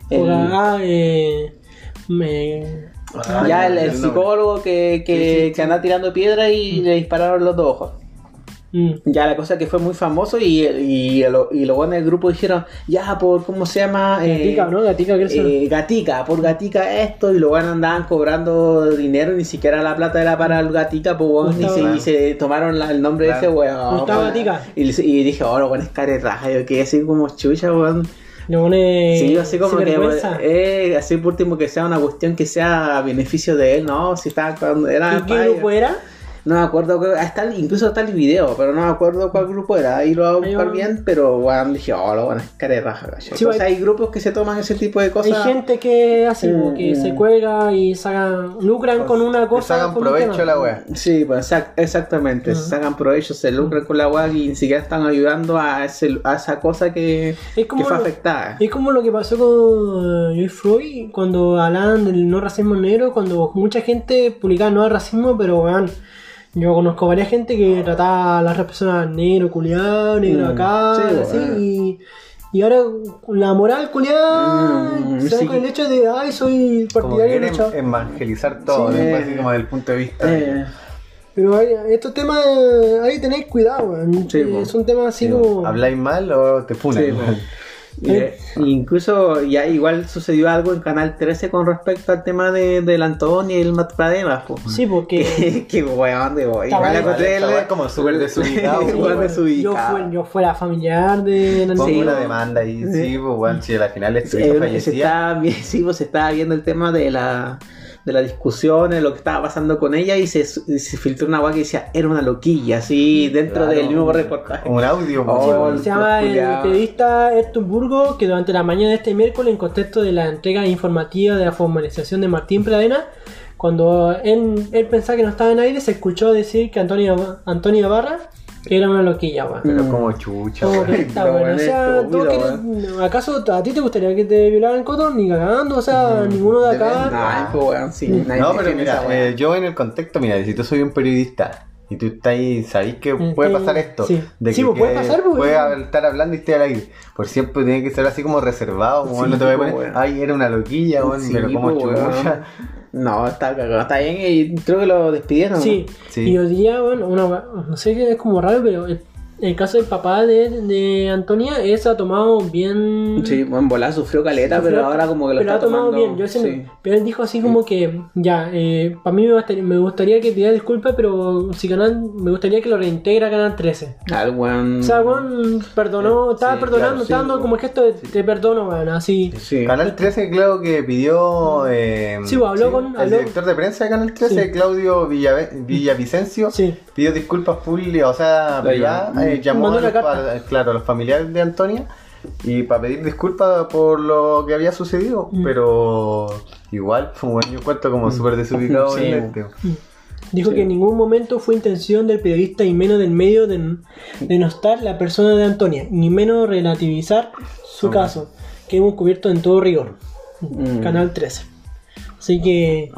Speaker 1: El-
Speaker 2: por acá, eh, me-
Speaker 3: Ah,
Speaker 1: pues, ya el, el
Speaker 3: nombre.
Speaker 1: psicólogo que, que,
Speaker 3: Sí, Mm. sí, sí.
Speaker 1: que andaba tirando piedra y le dispararon los dos ojos.
Speaker 2: mm.
Speaker 1: Ya la cosa que fue muy famoso y, y, lo- y los buenos del grupo dijeron, ya, por, ¿cómo se llama? Eh,
Speaker 2: Gatica, ¿no? Gatica, que se-
Speaker 1: eh, gatica, por gatica esto, y luego andaban cobrando dinero, ni siquiera la plata era para el gatica, pues weón, y, se,
Speaker 2: Gustavo.
Speaker 1: y se tomaron la- el nombre de ese
Speaker 3: Claro.
Speaker 1: weón.
Speaker 2: Gustavo
Speaker 1: weón.
Speaker 2: Gatica.
Speaker 1: Y, le- y dije, "Oh, ahora weón es carerraja, yo quedé así como chucha, weón.
Speaker 2: Le pone.
Speaker 1: Sí, yo así como que, weón,
Speaker 2: Eh, sinvergüenza.
Speaker 1: eh, así por último que sea una cuestión que sea a beneficio de él, no, si estaba cuando era...
Speaker 2: ¿Y qué grupo era?
Speaker 1: No me acuerdo, creo- ah, está el- incluso está el video, pero no me acuerdo cuál grupo era. Ahí lo voy a
Speaker 2: Hay
Speaker 1: buscar
Speaker 2: un-
Speaker 1: bien, pero bueno, dije, oh, lo van a sacar de raja, cacho.
Speaker 2: Sí,
Speaker 1: Entonces
Speaker 2: hay-
Speaker 1: hay grupos que se toman ese tipo de cosas.
Speaker 2: Hay gente que hace, como que
Speaker 1: Mm.
Speaker 2: se cuelga y sacan, lucran con una
Speaker 3: Que
Speaker 2: cosa.
Speaker 3: sacan
Speaker 2: con un
Speaker 3: provecho
Speaker 2: tema.
Speaker 3: a la weá.
Speaker 1: Sí, pues exac- exactamente.
Speaker 2: Ujú.
Speaker 1: Se sacan provecho, se lucran con la web y ni siquiera están ayudando a, ese- a esa cosa que,
Speaker 2: Es como
Speaker 1: que fue
Speaker 2: lo-
Speaker 1: afectada.
Speaker 2: Es como lo que pasó con Joy Freud cuando hablaban del no racismo negro, cuando mucha gente publicaba no al racismo, pero weón, yo conozco varias gente que trataba a las otras personas negro culiado, negro
Speaker 1: Mm,
Speaker 2: acá,
Speaker 1: sí,
Speaker 2: así,
Speaker 1: weón.
Speaker 2: y, y ahora la moral culiada
Speaker 1: Mm,
Speaker 2: se van
Speaker 1: sí.
Speaker 2: con el hecho de, ay, soy
Speaker 3: Como que
Speaker 2: partidario de
Speaker 3: quieren
Speaker 2: luchar.
Speaker 3: evangelizar todo,
Speaker 1: Sí.
Speaker 3: después así como del punto de vista.
Speaker 1: Eh,
Speaker 2: Pero hay- estos temas hay que tener cuidado, weón.
Speaker 1: Sí,
Speaker 2: Eh,
Speaker 1: weón.
Speaker 2: son temas así
Speaker 3: Sí,
Speaker 2: como...
Speaker 3: ¿Habláis mal o te funan?
Speaker 1: Sí, weón. Y, eh, incluso ya igual sucedió algo en Canal 13 con respecto al tema de, del Antonio y el Matt Pradena, po. [LAUGHS]
Speaker 2: Sí, porque.
Speaker 1: Que, que weón de weón.
Speaker 2: Está
Speaker 1: Igual
Speaker 2: mal,
Speaker 1: la encontré
Speaker 3: está
Speaker 1: el-
Speaker 3: mal, como
Speaker 1: [LAUGHS]
Speaker 3: súper desubicado,
Speaker 1: Sí,
Speaker 2: Sí,
Speaker 1: weón,
Speaker 2: bueno, yo,
Speaker 1: desubicado.
Speaker 2: fue, yo fuera familiar de
Speaker 3: Pongo
Speaker 1: Sí,
Speaker 3: una
Speaker 1: weón.
Speaker 3: demanda ahí,
Speaker 1: Sí.
Speaker 3: sí, pues, weón, si al final
Speaker 1: Sí,
Speaker 3: estuviste
Speaker 1: se
Speaker 3: fallecida.
Speaker 1: estaba, vi- [LAUGHS] sí, pues, se estaba viendo el tema de la de las discusiones, lo que estaba pasando con ella y se, y se filtró una guay que decía era una loquilla, así dentro
Speaker 3: Claro,
Speaker 1: del mismo
Speaker 3: un-
Speaker 1: reportaje.
Speaker 3: Un audio, pues,
Speaker 1: Oh,
Speaker 3: weón.
Speaker 1: el
Speaker 2: Se llama el
Speaker 1: culiao.
Speaker 2: periodista Ayrton Burgo, que durante la mañana de este miércoles, en contexto de la entrega informativa de la formalización de Martín Pradena, cuando él, él pensaba que no estaba en aire, se escuchó decir que Antonio, Antonio Barra era una loquilla, weón.
Speaker 3: Pero
Speaker 1: Mm.
Speaker 3: como chucha,
Speaker 2: Como
Speaker 3: weón.
Speaker 2: que está,
Speaker 1: No,
Speaker 2: weón. O
Speaker 1: en
Speaker 2: sea,
Speaker 1: esto,
Speaker 2: ¿tú
Speaker 1: mira,
Speaker 2: quieres- ¿acaso a ti te gustaría que te violaran Cotton? Ni cagando, o sea,
Speaker 1: Mm,
Speaker 2: ninguno de acá.
Speaker 3: depende.
Speaker 1: Ay, pues, weón, sí, nadie
Speaker 3: Ah. No,
Speaker 1: me
Speaker 3: pero
Speaker 1: tiene
Speaker 3: mira,
Speaker 1: esa weá.
Speaker 3: eh, yo en el contexto, mira, si tú soy un periodista y tú estás ahí, sabéis que
Speaker 1: Mm,
Speaker 3: puede
Speaker 2: Sí.
Speaker 3: pasar esto.
Speaker 2: Sí.
Speaker 3: de
Speaker 2: Sí,
Speaker 3: que
Speaker 2: pues, puede
Speaker 3: quede-
Speaker 2: pasar, pues,
Speaker 3: puede
Speaker 2: weón.
Speaker 3: estar hablando y esté al aire. Por siempre tiene que ser así como reservado,
Speaker 1: Sí,
Speaker 3: weón, no te voy a
Speaker 1: pues,
Speaker 3: poner,
Speaker 1: weón.
Speaker 3: ay, era una loquilla, weón,
Speaker 1: Sí,
Speaker 3: pero como
Speaker 1: pues, weón.
Speaker 3: chucha.
Speaker 1: No, está cagado, está bien y creo que lo despidieron.
Speaker 2: Sí.
Speaker 3: Sí.
Speaker 2: y hoy día, bueno, una- no sé qué es como raro, pero el, el caso del papá de, de Antonia es ha tomado bien.
Speaker 1: ¿no? Sí, en volada sufrió caleta,
Speaker 2: Sufrió-
Speaker 1: pero ahora como que lo
Speaker 2: pero
Speaker 1: está
Speaker 2: ha tomado
Speaker 1: tomando.
Speaker 2: bien, yo ese
Speaker 1: sí.
Speaker 2: no. Pero él dijo así como que, ya, para mí me gustaría, me gustaría que pidiera disculpas, pero si Canal, me gustaría que lo reintegra a Canal 13.
Speaker 1: Al weón-
Speaker 2: O sea, weón, perdonó,
Speaker 3: Sí,
Speaker 2: estaba
Speaker 3: sí,
Speaker 2: perdonando,
Speaker 3: claro,
Speaker 2: estaba
Speaker 3: sí,
Speaker 2: dando como gesto de te perdono, weón, así.
Speaker 1: Sí.
Speaker 3: Canal 13, claro que pidió. eh,
Speaker 2: Sí, pues, habló con-
Speaker 3: El
Speaker 2: habló-
Speaker 3: director de prensa de Canal 13,
Speaker 2: Sí.
Speaker 3: Claudio Villave- Villavicencio,
Speaker 2: Sí. Mm.
Speaker 3: pidió disculpas públicas, o sea,
Speaker 1: Lo
Speaker 3: privadas.
Speaker 1: llamó.
Speaker 3: eh, llamó
Speaker 2: Mandó
Speaker 3: a los,
Speaker 2: una carta.
Speaker 3: pa- claro, a los familiares de Antonia y para pedir disculpas por lo que había sucedido,
Speaker 2: Mm.
Speaker 3: pero igual fue un buen cuento como súper desubicado
Speaker 1: Sí.
Speaker 3: en este.
Speaker 2: Dijo
Speaker 1: Sí.
Speaker 2: que en ningún momento fue intención del periodista y menos del medio de denostar la persona de Antonia, ni menos relativizar su caso, que hemos cubierto en todo rigor.
Speaker 1: Mm.
Speaker 2: Canal 13. Así que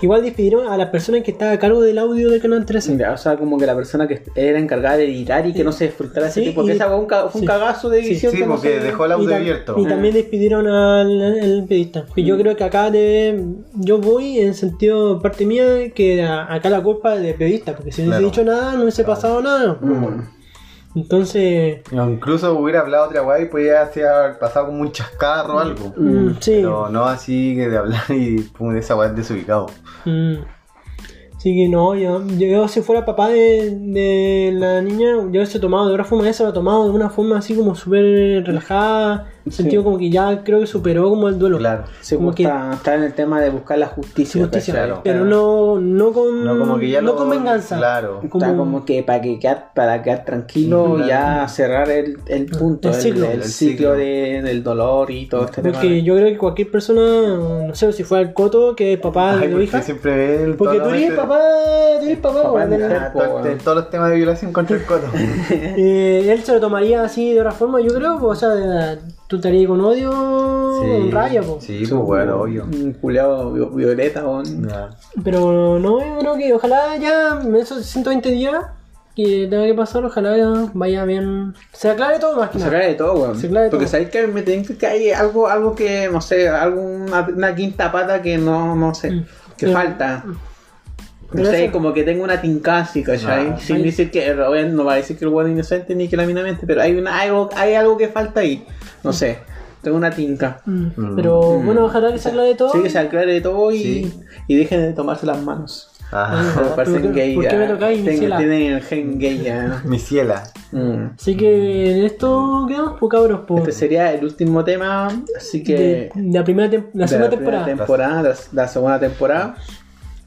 Speaker 2: igual despidieron a la persona que estaba a cargo del audio de Canal 13.
Speaker 1: Ya, o sea, como que la persona que era encargada de editar y que no se disfrutara ese
Speaker 2: Sí,
Speaker 1: tipo. Porque
Speaker 2: y-
Speaker 1: esa fue un, ca- fue un
Speaker 2: sí.
Speaker 1: cagazo de
Speaker 2: Sí.
Speaker 1: edición.
Speaker 3: Sí,
Speaker 1: que no
Speaker 3: porque
Speaker 1: se-
Speaker 3: dejó el
Speaker 2: Y,
Speaker 3: audio
Speaker 2: tam-
Speaker 3: abierto. Mm.
Speaker 2: y también despidieron al, al periodista. Y yo creo que acá de, yo voy en sentido parte mía que a- acá la culpa es del periodista, porque si no
Speaker 3: Claro. Mm.
Speaker 2: hubiese dicho nada, no hubiese pasado nada. Entonces,
Speaker 3: Incluso hubiera hablado otra guay y podía haber pasado como un chascarro o algo.
Speaker 2: mm, sí.
Speaker 3: Pero no así que de hablar y pum, esa guay es desubicado.
Speaker 2: Mm. Así que no, yo, yo si fuera papá de, de la niña, yo hubiese tomado de otra forma, ella se lo ha tomado de una forma así como súper relajada, en sentido como que ya creo que superó como el duelo.
Speaker 3: Claro.
Speaker 1: Sí,
Speaker 2: como
Speaker 1: pues,
Speaker 2: que-
Speaker 1: está, está en el tema de buscar la justicia.
Speaker 2: Justicia,
Speaker 1: ¿cachai?
Speaker 3: claro.
Speaker 2: pero no, no con
Speaker 3: No, como que ya
Speaker 2: no
Speaker 3: lo-
Speaker 2: con venganza.
Speaker 3: claro.
Speaker 1: Está como, que para que quedar, para quedar tranquilo
Speaker 3: Claro.
Speaker 1: ya cerrar el, el punto,
Speaker 2: Ah, El ciclo.
Speaker 1: el,
Speaker 3: El
Speaker 1: ciclo
Speaker 3: ciclo.
Speaker 1: de- del dolor y todo este tema.
Speaker 2: Porque yo creo que cualquier persona, no sé si fue el coto, que es papá
Speaker 3: Ay,
Speaker 2: de tu
Speaker 3: porque
Speaker 2: hija.
Speaker 3: siempre ve el
Speaker 2: Porque tú
Speaker 3: tono
Speaker 2: eres
Speaker 3: este-
Speaker 2: papá, tú eres papá,
Speaker 1: Papá
Speaker 2: weón,
Speaker 1: de
Speaker 2: de la-
Speaker 1: la-
Speaker 3: Ah, to- de- todos los temas de violación contra el
Speaker 2: [LAUGHS]
Speaker 3: coto.
Speaker 2: Eh, él se lo tomaría así de otra forma, yo creo, pues, o sea, de- tú estarías con odio, con rabia, po.
Speaker 3: Sí, pues bueno, obvio.
Speaker 1: Un Mm, culiao vi- violeta, weón.
Speaker 3: Nah.
Speaker 2: Pero no, yo creo que ojalá ya en esos 120 días que tenga que pasar, ojalá ya vaya bien. Se aclare todo más que nada.
Speaker 1: Sacar de todo, weón.
Speaker 2: Sí, claro, de
Speaker 1: Porque
Speaker 2: todo.
Speaker 1: sabéis que me tienen que, que hay algo, algo que, no sé, alguna una quinta pata que no, no sé,
Speaker 2: Mm.
Speaker 1: que
Speaker 2: Sí.
Speaker 1: falta. No
Speaker 2: Pero
Speaker 1: sé,
Speaker 2: eso-
Speaker 1: como que tengo una tincasi, ¿cachai?
Speaker 3: Ah.
Speaker 1: Sin
Speaker 2: Ay.
Speaker 1: decir que el Rubén no va a decir que el weón es inocente ni que la mina mente, pero hay una, hay algo, hay algo que falta ahí. No sé. Tengo una tinca.
Speaker 2: Mm, Pero bueno, ojalá que se aclare todo.
Speaker 1: Sí, que se aclare de todo y,
Speaker 3: Sí.
Speaker 1: y dejen de tomarse las manos.
Speaker 3: Ah,
Speaker 1: Parecen
Speaker 2: ¿por qué-
Speaker 1: gay
Speaker 2: por qué
Speaker 1: ya.
Speaker 2: me tocáis,
Speaker 1: Ten-
Speaker 2: Marcela?
Speaker 1: Tienen el gen gay
Speaker 2: [LAUGHS]
Speaker 1: ya.
Speaker 3: mi ciela.
Speaker 1: Mm.
Speaker 2: Así que en esto quedamos, pues cabros, po.
Speaker 1: Este sería el último tema, así que...
Speaker 2: De, de la primera tem- la
Speaker 1: de
Speaker 2: segunda
Speaker 1: la primera
Speaker 2: temporada.
Speaker 1: temporada, de la, la segunda temporada.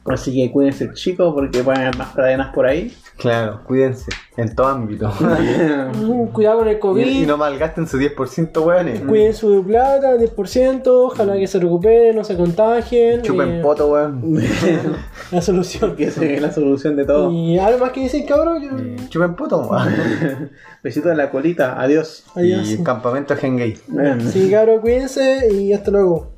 Speaker 1: Así que cuídense chicos porque pueden haber más cadenas por ahí. [LAUGHS]
Speaker 3: Claro, cuídense. En todo
Speaker 2: [LAUGHS]
Speaker 3: ámbito.
Speaker 2: Mm, Cuidado con el COVID.
Speaker 3: y, y no malgasten su 10%, weones.
Speaker 2: Cuiden su plata, 10%, ojalá que se recuperen, no se contagien.
Speaker 3: Chupen
Speaker 2: eh,
Speaker 3: poto, weón.
Speaker 2: La solución.
Speaker 1: Que esa es la solución de todo.
Speaker 2: Y algo más que decir, cabros. Yo-
Speaker 3: Chupen poto, weón.
Speaker 1: Besitos en la colita, adiós.
Speaker 2: Adiós.
Speaker 3: Y campamento gen gay.
Speaker 2: Sí, cabros, cuídense y hasta luego.